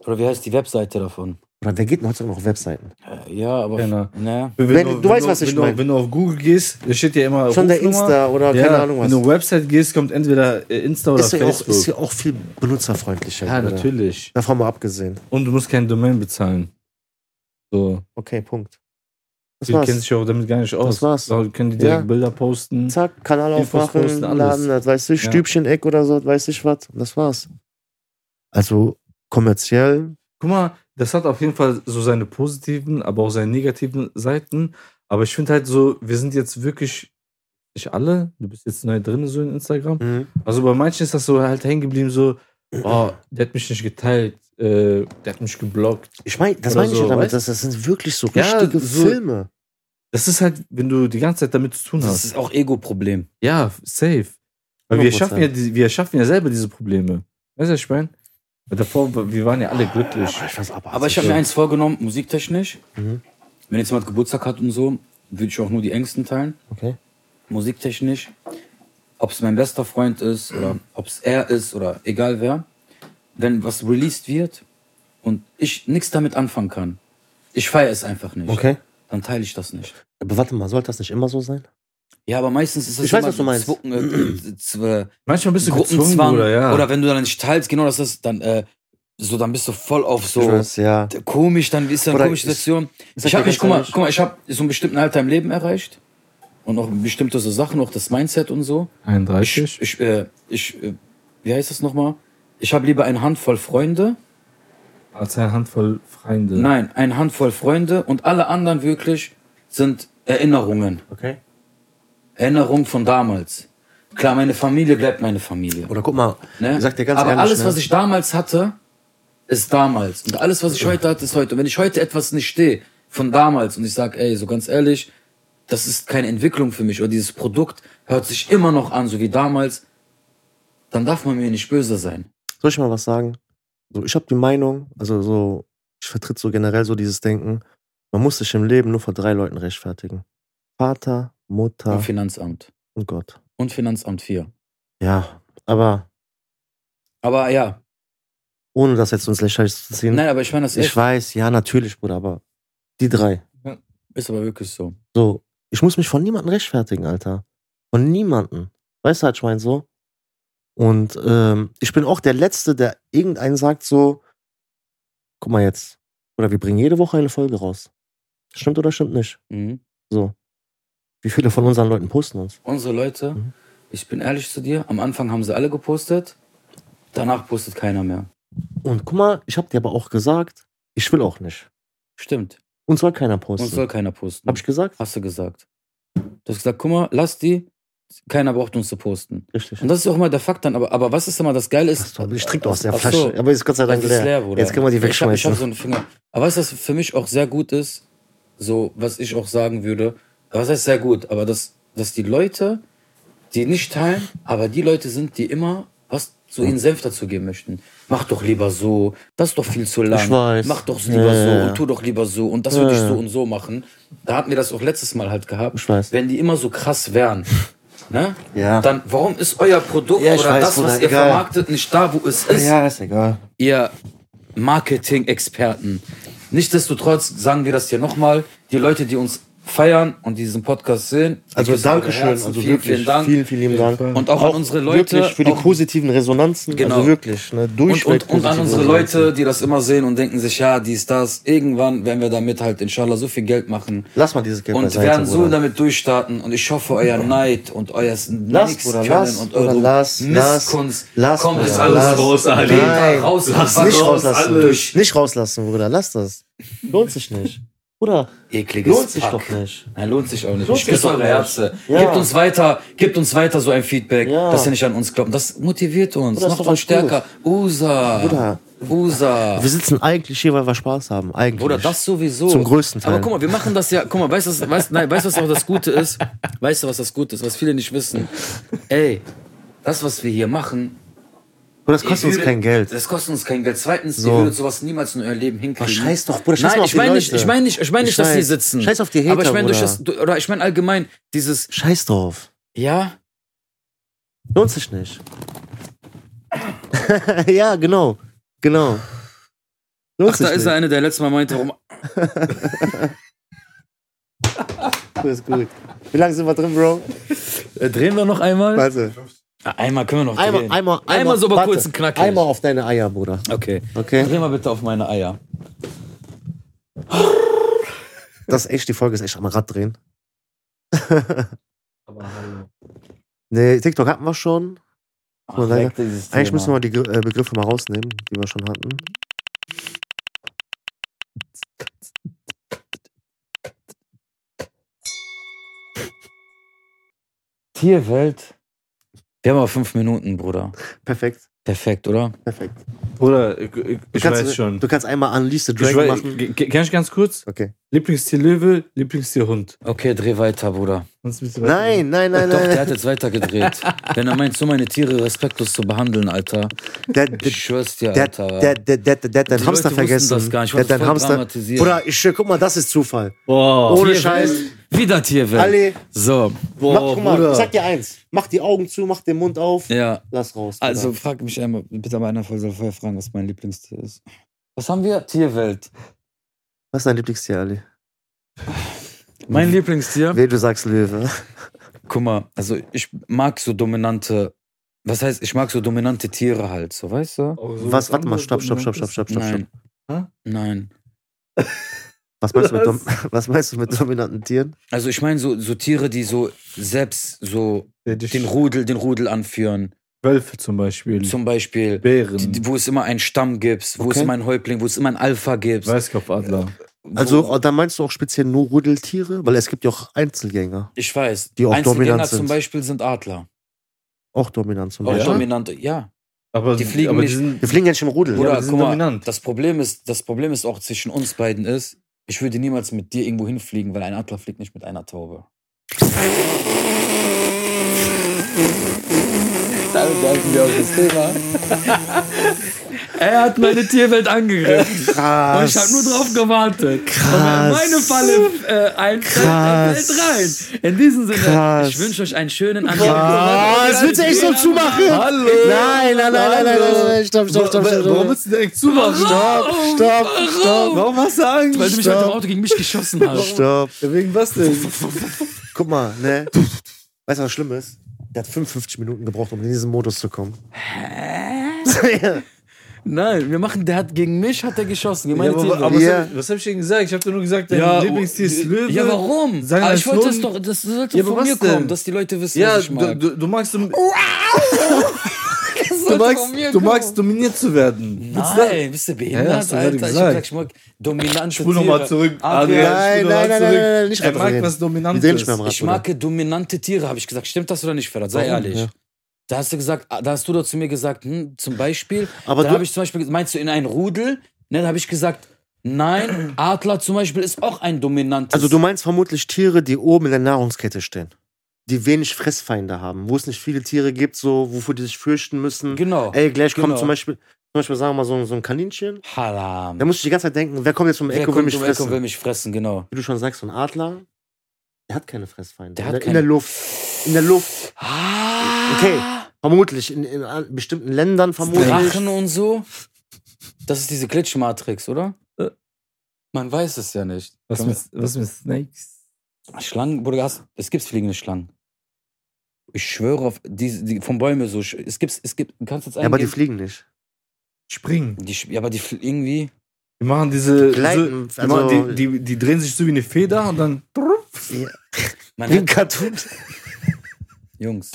B: Oder wie heißt die Webseite davon?
C: Oder wer geht denn heutzutage noch auf Webseiten?
B: Äh, Ja, aber.
A: Keiner.
B: Ne?
A: genau. Wenn,
C: Wenn- du weißt,
A: auf-
C: was ich
A: wenn du-
C: meine.
A: Wenn du auf Google gehst, da steht ja immer
C: Schon der
A: Äh, Rufnummer.
C: Insta oder
A: ja,
C: keine Ahnung was.
A: Wenn du auf Website gehst, kommt entweder äh, Insta oder
C: ist, ja auch,
A: Facebook.
C: ist ja auch viel benutzerfreundlicher.
A: ja,
C: Bruder.
A: natürlich.
C: Davon mal abgesehen.
A: Und du musst kein Domain bezahlen. So,
C: Okay, Punkt. Das
A: die
C: war's.
A: kennen sich auch damit gar nicht aus.
C: war's.
A: Da können die direkt
C: Ja.
A: Bilder posten.
C: Zack, Kanal
A: Infos
C: aufmachen,
A: posten, alles.
C: laden, das weiß ich,
A: Ja.
C: Stübchen-Eck oder so, das weiß ich was. Und das war's. Also kommerziell,
A: Guck mal, das hat auf jeden Fall so seine positiven, aber auch seine negativen Seiten. Aber ich finde halt so, wir sind jetzt wirklich, nicht alle, du bist jetzt neu drin so in
B: Mhm.
A: Instagram.
C: hm.
A: Also bei manchen ist das so halt hängen geblieben, so, oh, der hat mich nicht geteilt, äh, der hat mich geblockt.
C: ich meine, das
A: Oder
C: meine ich
A: so,
C: ja damit,
A: weißt?
C: das, das sind wirklich so
A: Ja,
C: richtige
A: so-
C: Filme.
A: Das ist halt, wenn du die ganze Zeit damit zu tun
B: Das
A: hast.
B: ist auch Ego-Problem.
A: Ja, safe. Weil wir
C: 100%.
A: schaffen, ja, die- wir schaffen ja selber diese Probleme. Weißt du, was ich meine? Weil Davor, wir waren ja alle glücklich.
C: ich weiß, aber,
B: Ah, Aber ich habe mir eins vorgenommen, musiktechnisch.
C: Mhm.
B: Wenn jetzt jemand Geburtstag hat und so, würde ich auch nur die Ängsten teilen.
C: Okay.
B: Musiktechnisch. Ob es mein bester Freund ist oder ob es er ist oder egal wer. Wenn was released wird und ich nichts damit anfangen kann, ich feiere es einfach nicht.
C: Okay.
B: Dann teile ich das nicht.
C: Aber warte mal, sollte das nicht immer so sein?
B: Ja, aber meistens ist das
C: Ich weiß,
B: immer
C: was du meinst.
B: Zwocken, äh, z- äh,
A: Manchmal bist du gezwungen,
B: Gruppenzwang.
A: oder ja.
B: Oder wenn du dann nicht teilst, genau das ist, dann, äh, so, dann bist du voll auf so.
C: Ich weiß, ja.
B: komisch, dann ist dann eine
C: Oder
B: komische
C: ich-
B: Situation.
C: ich
B: Ich,
C: sag dir
B: habe mich,
C: ganz
B: guck mal,
C: ehrlich-
B: guck mal, ich habe so einen bestimmten Alter im Leben erreicht und auch bestimmte so Sachen, auch das Mindset und so. Ich,
A: 31.
B: ich, äh, ich äh, wie heißt das nochmal? Ich habe lieber eine Handvoll Freunde.
A: Als eine Handvoll Freunde.
B: Nein, eine Handvoll Freunde und alle anderen wirklich sind Erinnerungen.
C: Okay.
B: Erinnerungen von damals. Klar, meine Familie bleibt meine Familie.
C: Oder guck mal,
B: Ne?
C: ich sag dir ganz
B: Aber
C: ehrlich,
B: alles,
C: ne?
B: was ich damals hatte, ist damals. Und alles, was ich heute hatte, ist heute. Und wenn ich heute etwas nicht stehe von damals und ich sage, ey, so ganz ehrlich, das ist keine Entwicklung für mich oder dieses Produkt hört sich immer noch an, so wie damals, dann darf man mir nicht böse sein.
C: soll ich mal was sagen? So, ich habe die Meinung, also so, ich vertritt so generell so dieses Denken, man muss sich im Leben nur vor drei Leuten rechtfertigen. Vater,
B: Und
C: Mutter
B: Finanzamt.
C: und Gott.
B: Und Finanzamt 4.
C: Ja, aber
B: Aber ja,
C: ohne das jetzt uns lächerlich zu ziehen.
B: nein, aber ich meine, das
C: ich
B: echt,
C: weiß, ja, natürlich, Bruder, aber die drei.
B: ist aber wirklich so.
C: So, ich muss mich von niemandem rechtfertigen, Alter. Von niemandem. Weißt du, halt, ich mein so. Und ähm, ich bin auch der Letzte, der irgendeinen sagt so, guck mal jetzt. Oder wir bringen jede Woche eine Folge raus. Stimmt oder stimmt nicht?
B: Mhm.
C: So. Wie viele von unseren Leuten posten uns?
B: Unsere Leute,
C: Mhm.
B: ich bin ehrlich zu dir, am Anfang haben sie alle gepostet, danach postet keiner mehr.
C: Und guck mal, ich hab dir aber auch gesagt, ich will auch nicht.
B: Stimmt.
C: Uns soll keiner
B: Uns
C: posten.
B: soll keiner posten.
C: Hab ich gesagt?
B: Hast du gesagt. Du hast gesagt, guck mal, lass die. Keiner braucht uns zu posten.
C: Richtig.
B: Und das ist auch mal der Fakt dann. Aber, aber was ist immer das Geile ist?
C: Hast du, ich trinke aus der
B: Ach so.
C: Flasche. Aber ist Gott sei Dank
B: Das ist
C: leer.
B: leer, Bruder.
C: Jetzt können wir die wegschmeißen.
B: Ich habe hab so einen Finger. Aber was das für mich auch sehr gut ist, so was ich auch sagen würde, was heißt sehr gut, aber dass, dass die Leute, die nicht teilen, aber die Leute sind, die immer was zu ihren Senf dazu geben möchten. Mach doch lieber so, das ist doch viel zu lang.
C: Ich weiß.
B: Mach doch lieber
C: Ja,
B: so
C: ja, ja.
B: und tu doch lieber so und das würde ich
C: Ja, ja.
B: so und so machen. Da hatten wir das auch letztes Mal halt gehabt.
C: Ich weiß.
B: Wenn die immer so krass wären, ne?
C: Ja.
B: Dann warum ist euer Produkt
C: Ja, ich
B: oder
C: weiß,
B: das, was
C: Bruder,
B: ihr
C: egal.
B: vermarktet, nicht da, wo es ist?
C: ja, ist egal.
B: ihr Marketing-Experten. Nichtsdestotrotz sagen wir das hier nochmal. Die Leute, die uns feiern und diesen Podcast sehen.
C: Also
B: wir küssen eure
C: Dankeschön,
B: Herzen.
C: also
B: vielen,
C: wirklich,
B: vielen Dank.
C: vielen, vielen lieben Dank.
B: Und auch, an unsere Leute.
C: wirklich für die
B: auch,
C: positiven Resonanzen,
B: Genau.
C: also wirklich, ne,
B: und,
C: durchweg
B: und, und an
C: positive
B: unsere
C: Resonanzen.
B: Leute, die das immer sehen und denken sich, ja, dies, das. Irgendwann werden wir damit halt inshallah so viel Geld machen.
C: Lass mal dieses Geld
B: Und
C: beiseite,
B: werden so
C: Bruder.
B: damit durchstarten. Und ich hoffe, euer Neid und euer
C: Lass,
B: nichts
C: Bruder,
B: können
C: lass,
B: und
C: Bruder,
B: eure
C: lass, lass,
B: Misskunst
C: lass,
B: kommt
C: Bruder,
B: es alles
C: lass.
B: raus, Ali.
C: Nein,
B: Raus,
C: lass
B: raus,
C: nicht
B: raus,
C: rauslassen,
B: alles.
C: nicht rauslassen, Bruder, lass das. Lohnt sich nicht. Bruder,
B: Ekliges
C: lohnt sich
B: Pack.
C: doch nicht.
B: Nein, lohnt sich auch nicht.
C: Lohnt
B: ich
C: sich
B: küsse
C: doch
B: eure
C: nicht.
B: Herzen.
C: Ja.
B: Gebt uns weiter, gebt uns weiter so ein Feedback,
C: Ja.
B: dass ihr nicht an uns glaubt. Das motiviert uns,
C: Bruder, ist
B: macht
C: doch
B: uns
C: was
B: stärker. Usa.
C: Bruder.
B: Usa.
C: Wir sitzen eigentlich hier, weil wir Spaß haben, eigentlich.
B: Oder das sowieso.
C: Zum größten Teil.
B: Aber guck mal, wir machen das ja. Guck mal, weißt du, was- weißt, nein, weißt, du, was auch das Gute ist? Weißt du, was das Gute ist, was viele nicht wissen? Ey, das, was wir hier machen,
C: Und das kostet
B: Ich
C: uns
B: will-
C: kein Geld.
B: Das kostet uns kein Geld. Zweitens,
C: So.
B: die würden sowas niemals in eurem Leben
C: Aber
B: hinkriegen.
C: scheiß doch, Bruder, scheiß
B: Nein,
C: mal auf
B: ich
C: die
B: meine
C: Leute.
B: nicht, ich meine nicht, ich meine
C: Ich
B: nicht, dass die
C: weiß.
B: sitzen.
C: Scheiß auf die Hater,
B: aber ich meine durch
C: Bruder.
B: das, du- oder ich meine allgemein dieses,
C: Scheiß drauf.
B: ja,
C: Lohnt sich nicht. *laughs* ja, genau. Genau. Lohnt
B: ach,
C: sich
B: da ist
C: nicht.
B: er einer, der letztes Mal meinte, um, warum,
C: Ist gut. Wie lange sind wir drin, Bro?
B: äh, drehen wir noch einmal?
C: Warte.
B: Ah, Einmal können wir noch
C: Einmal,
B: drehen.
C: einmal, einmal,
B: Einmal so aber
C: warte.
B: kurz und knackig.
C: Einmal auf deine Eier, Bruder.
B: Okay,
C: Okay?
B: dreh mal bitte auf meine Eier.
C: Das ist echt, die Folge ist echt am Rad drehen. Nee, TikTok hatten wir schon.
B: Ach,
C: Guck mal,
B: weg dieses
C: Eigentlich
B: Thema.
C: müssen wir die Ge- äh, Begriffe mal rausnehmen, die wir schon hatten.
B: Tierwelt. Wir haben aber fünf Minuten, Bruder.
C: Perfekt,
B: Perfekt, oder?
C: perfekt. Du
A: Bruder, ich, ich, ich
C: kannst,
A: weiß schon.
C: Du kannst einmal Unleash the
A: Ich
C: Dragon
A: weiß,
C: machen.
A: g- g- kann ich ganz kurz?
C: Okay.
A: Lieblingstier Löwe, Lieblingstier Hund.
B: Okay, dreh weiter, Bruder.
A: Sonst bist du weiter-
C: Nein, nein, nein,
B: Doch, der
C: nein.
B: hat jetzt
C: *laughs*
B: weitergedreht. Wenn er meint, so meine Tiere respektlos zu behandeln, Alter.
C: Der, der,
B: Ich schwör's dir,
C: der,
B: Alter.
C: der, der, der, der, der hat deinen
B: Die
C: Hamster
B: Leute wussten
C: vergessen.
B: Das gar nicht. Ich
C: Der
B: war
C: hat deinen
B: voll
C: Hamster.
B: dramatisiert.
C: Bruder, ich schwör, guck mal, das ist Zufall.
A: Boah.
C: Ohne
B: Tierwelt.
C: Scheiß.
B: Wieder Tierwelt.
C: Alle,
B: So,
C: mach,
A: Boah,
C: guck mal,
A: Bruder.
C: ich sag dir eins. Mach die Augen zu, mach den Mund auf,
B: ja.
C: lass raus. Bruder.
B: Also frag mich einmal, bitte am einer soll vorher fragen, was mein Lieblingstier ist. Was haben wir? Tierwelt.
C: Was ist dein Lieblingstier, Ali?
B: Mein Lieblingstier?
C: Wer du sagst Löwe.
B: Mhm. Guck mal, also ich mag so dominante, was heißt, ich mag so dominante Tiere halt, so weißt du?
C: Was, warte mal, stopp, stopp, stopp, stopp, stopp, stopp, stopp.
B: Nein. Nein.
C: Was meinst, du mit
A: Was?
C: dom *laughs* was meinst du mit dominanten Tieren?
B: Also ich meine so, so Tiere, die so selbst so
A: Ja, die
B: den Rudel, den Rudel anführen.
A: Wölfe zum Beispiel.
B: Zum Beispiel,
A: Bären.
B: die, die, wo es immer einen Stamm gibt, wo es
C: Okay.
B: immer einen Häuptling, wo es immer einen Alpha gibt.
A: Weißkopfadler.
B: wo-
C: Also, da meinst du auch speziell nur Rudeltiere? Weil es gibt ja auch Einzelgänger.
B: ich weiß.
C: die auch
B: Einzelgänger
C: dominant sind.
B: zum Beispiel sind Adler.
C: Auch dominant zum
B: Auch
A: Ja?
C: Beispiel.
B: dominante, ja.
A: Aber
B: Die fliegen
A: aber
B: nicht.
A: sind,
C: Die fliegen ja nicht im Rudel.
A: aber
B: Bruder,
A: die sind
B: guck mal,
A: dominant.
B: das Problem ist, das Problem ist auch zwischen uns beiden ist, ich würde niemals mit dir irgendwo hinfliegen, weil ein Adler fliegt nicht mit einer Taube. Damit behalten wir auch das Thema. er hat meine Tierwelt angegriffen.
C: *laughs* Krass.
B: Und ich habe nur drauf gewartet.
C: Krass.
B: Und wenn meine Falle äh, einfällt, dann
C: Krass.
B: fällt rein. In diesem Sinne,
C: Krass.
B: ich wünsche euch einen schönen
C: Ah,
B: Anfang.
C: das willst du echt so zumachen?
A: Hallo.
C: Nein, nein, nein, nein, nein, nein, nein, stopp, stopp, stopp,
A: Wa- wa-
C: stopp,
A: Warum
C: stopp.
A: willst du direkt zumachen?
C: Stopp, stopp, stopp,
A: Warum hast du Angst?
B: Weil du mich heute im Auto gegen mich geschossen hast.
C: stopp.
A: Wegen was denn?
C: Guck mal, ne? Weißt du, was schlimm ist? Der hat 55 Minuten gebraucht, um in diesen Modus zu kommen. *laughs* Hä?
B: Nein, wir machen, der hat gegen mich hat er geschossen. Gegen
A: Ja,
B: meine
A: aber,
B: Tiere.
A: aber was
C: Ja.
A: hab- was habe ich denn gesagt? Ich habe dir nur gesagt, dein Lieblingstier ist Löwe.
B: oh, Ja, warum?
A: Sagen
B: aber
A: als
B: ich wollte das
A: Hund-
B: doch, das sollte
A: Ja, aber
B: von mir
A: was denn?
B: kommen, dass die Leute wissen,
A: Ja,
B: was ich
A: du,
B: mag.
A: du, du magst, dom-
B: *laughs*
A: du,
B: Das sollte von mir
A: magst, du
B: kommen.
A: magst dominiert zu werden. Willst du
B: Nein, bist du
A: Hä,
B: behindert,
A: hast du gerade
B: Alter? Ich
A: gesagt.
B: hab gesagt, ich mag dominante
A: Spul
B: Tiere. Ah,
A: nochmal zurück.
B: Adrian,
C: Nein,
A: spul noch mal
C: nein,
A: zurück.
C: nein, nein, nein, nicht
A: Er
C: einfach
A: mag
C: reden.
A: was
C: Wir
A: Dominantes.
C: drehen nicht mehr am Rad,
B: Ich
C: Bruder.
B: mag dominante Tiere, habe ich gesagt. Stimmt das oder nicht, Ferrat? Sei
C: Warum?
B: ehrlich.
C: Ja.
B: Da hast du gesagt, ah, da hast du doch zu mir gesagt, hm, zum Beispiel,
C: Aber
B: da
C: du-
B: habe ich zum Beispiel, ge- meinst du in ein Rudel? Ne, da habe ich gesagt, nein, Adler zum Beispiel ist auch ein dominantes.
C: Also du meinst vermutlich Tiere, die oben in der Nahrungskette stehen. Die wenig Fressfeinde haben, wo es nicht viele Tiere gibt, so, wovor die sich fürchten müssen.
B: Genau.
C: Ey, gleich kommt
B: Genau.
C: zum Beispiel, zum Beispiel, sagen wir mal, so, ein- so ein Kaninchen.
B: Haram.
C: Da muss ich die ganze Zeit denken, wer kommt jetzt um die
B: Wer
C: Ecke und will
B: kommt
C: mich
B: um die Ecke und will
C: fressen?
B: mich fressen, genau.
C: Wie du schon sagst, so ein Adler, der hat keine Fressfeinde.
B: Der
C: in,
B: hat
C: der, in
B: keine-
C: der Luft. In der Luft. Ne.
B: Ah,
C: Okay. Vermutlich. In, in an- bestimmten Ländern vermutlich.
B: Drachen und so. Das ist diese Glitchmatrix, oder?
A: Äh.
B: Man weiß es ja nicht.
A: Was mit, was mit Snakes?
B: Schlangen, Bruder, hast, es gibt fliegende Schlangen. Ich schwöre auf die, die von Bäume so. sch- Es gibt, es gibt, du kannst jetzt
C: Ja, aber die
B: eingeben.
C: fliegen nicht.
A: Springen.
B: die sch- ja, aber die fl- irgendwie.
A: Die machen diese.
C: Die gleiten,
A: so, die,
C: also-
A: machen, die, die, die drehen sich so wie eine Feder und dann.
B: Man
C: Wie ein
B: hätte,
C: Cartoon.
B: Jungs.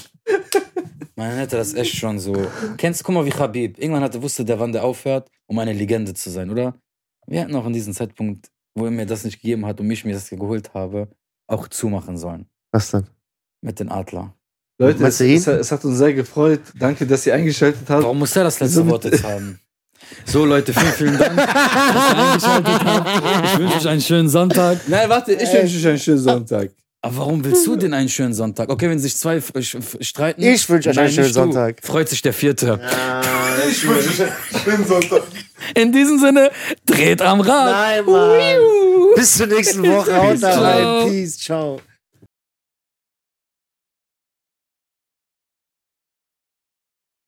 B: Man hätte das echt schon so. Kennst guck mal wie Habib. Irgendwann hatte, wusste der, wann der aufhört, um eine Legende zu sein, oder? Wir hätten auch an diesem Zeitpunkt, wo er mir das nicht gegeben hat und ich mir das geholt habe, auch zumachen sollen.
C: Was denn?
B: Mit den Adler.
A: Leute, es,
C: Meinst du ihn?
A: es, es hat uns sehr gefreut. Danke, dass ihr eingeschaltet habt.
B: Warum muss er das letzte
A: So mit-
B: Wort jetzt haben? Also So, Leute, vielen, vielen *laughs* Dank, dass ihr eingeschaltet habt. Ich wünsche euch einen schönen Sonntag.
A: Nein, warte, ich wünsche euch einen schönen Sonntag.
B: Aber warum willst du denn einen schönen Sonntag? Okay, wenn sich zwei f- f- streiten.
C: Mhm. Ich wünsche euch
B: Nein,
C: einen schönen
B: nicht du.
C: Sonntag.
B: Freut sich der Vierte.
C: ich wünsche schönen Sonntag.
B: In diesem Sinne, dreht am Rad.
C: Nein, Mann. Bis zur nächsten Woche. Haut
B: Ciao.
C: rein. Peace. Ciao.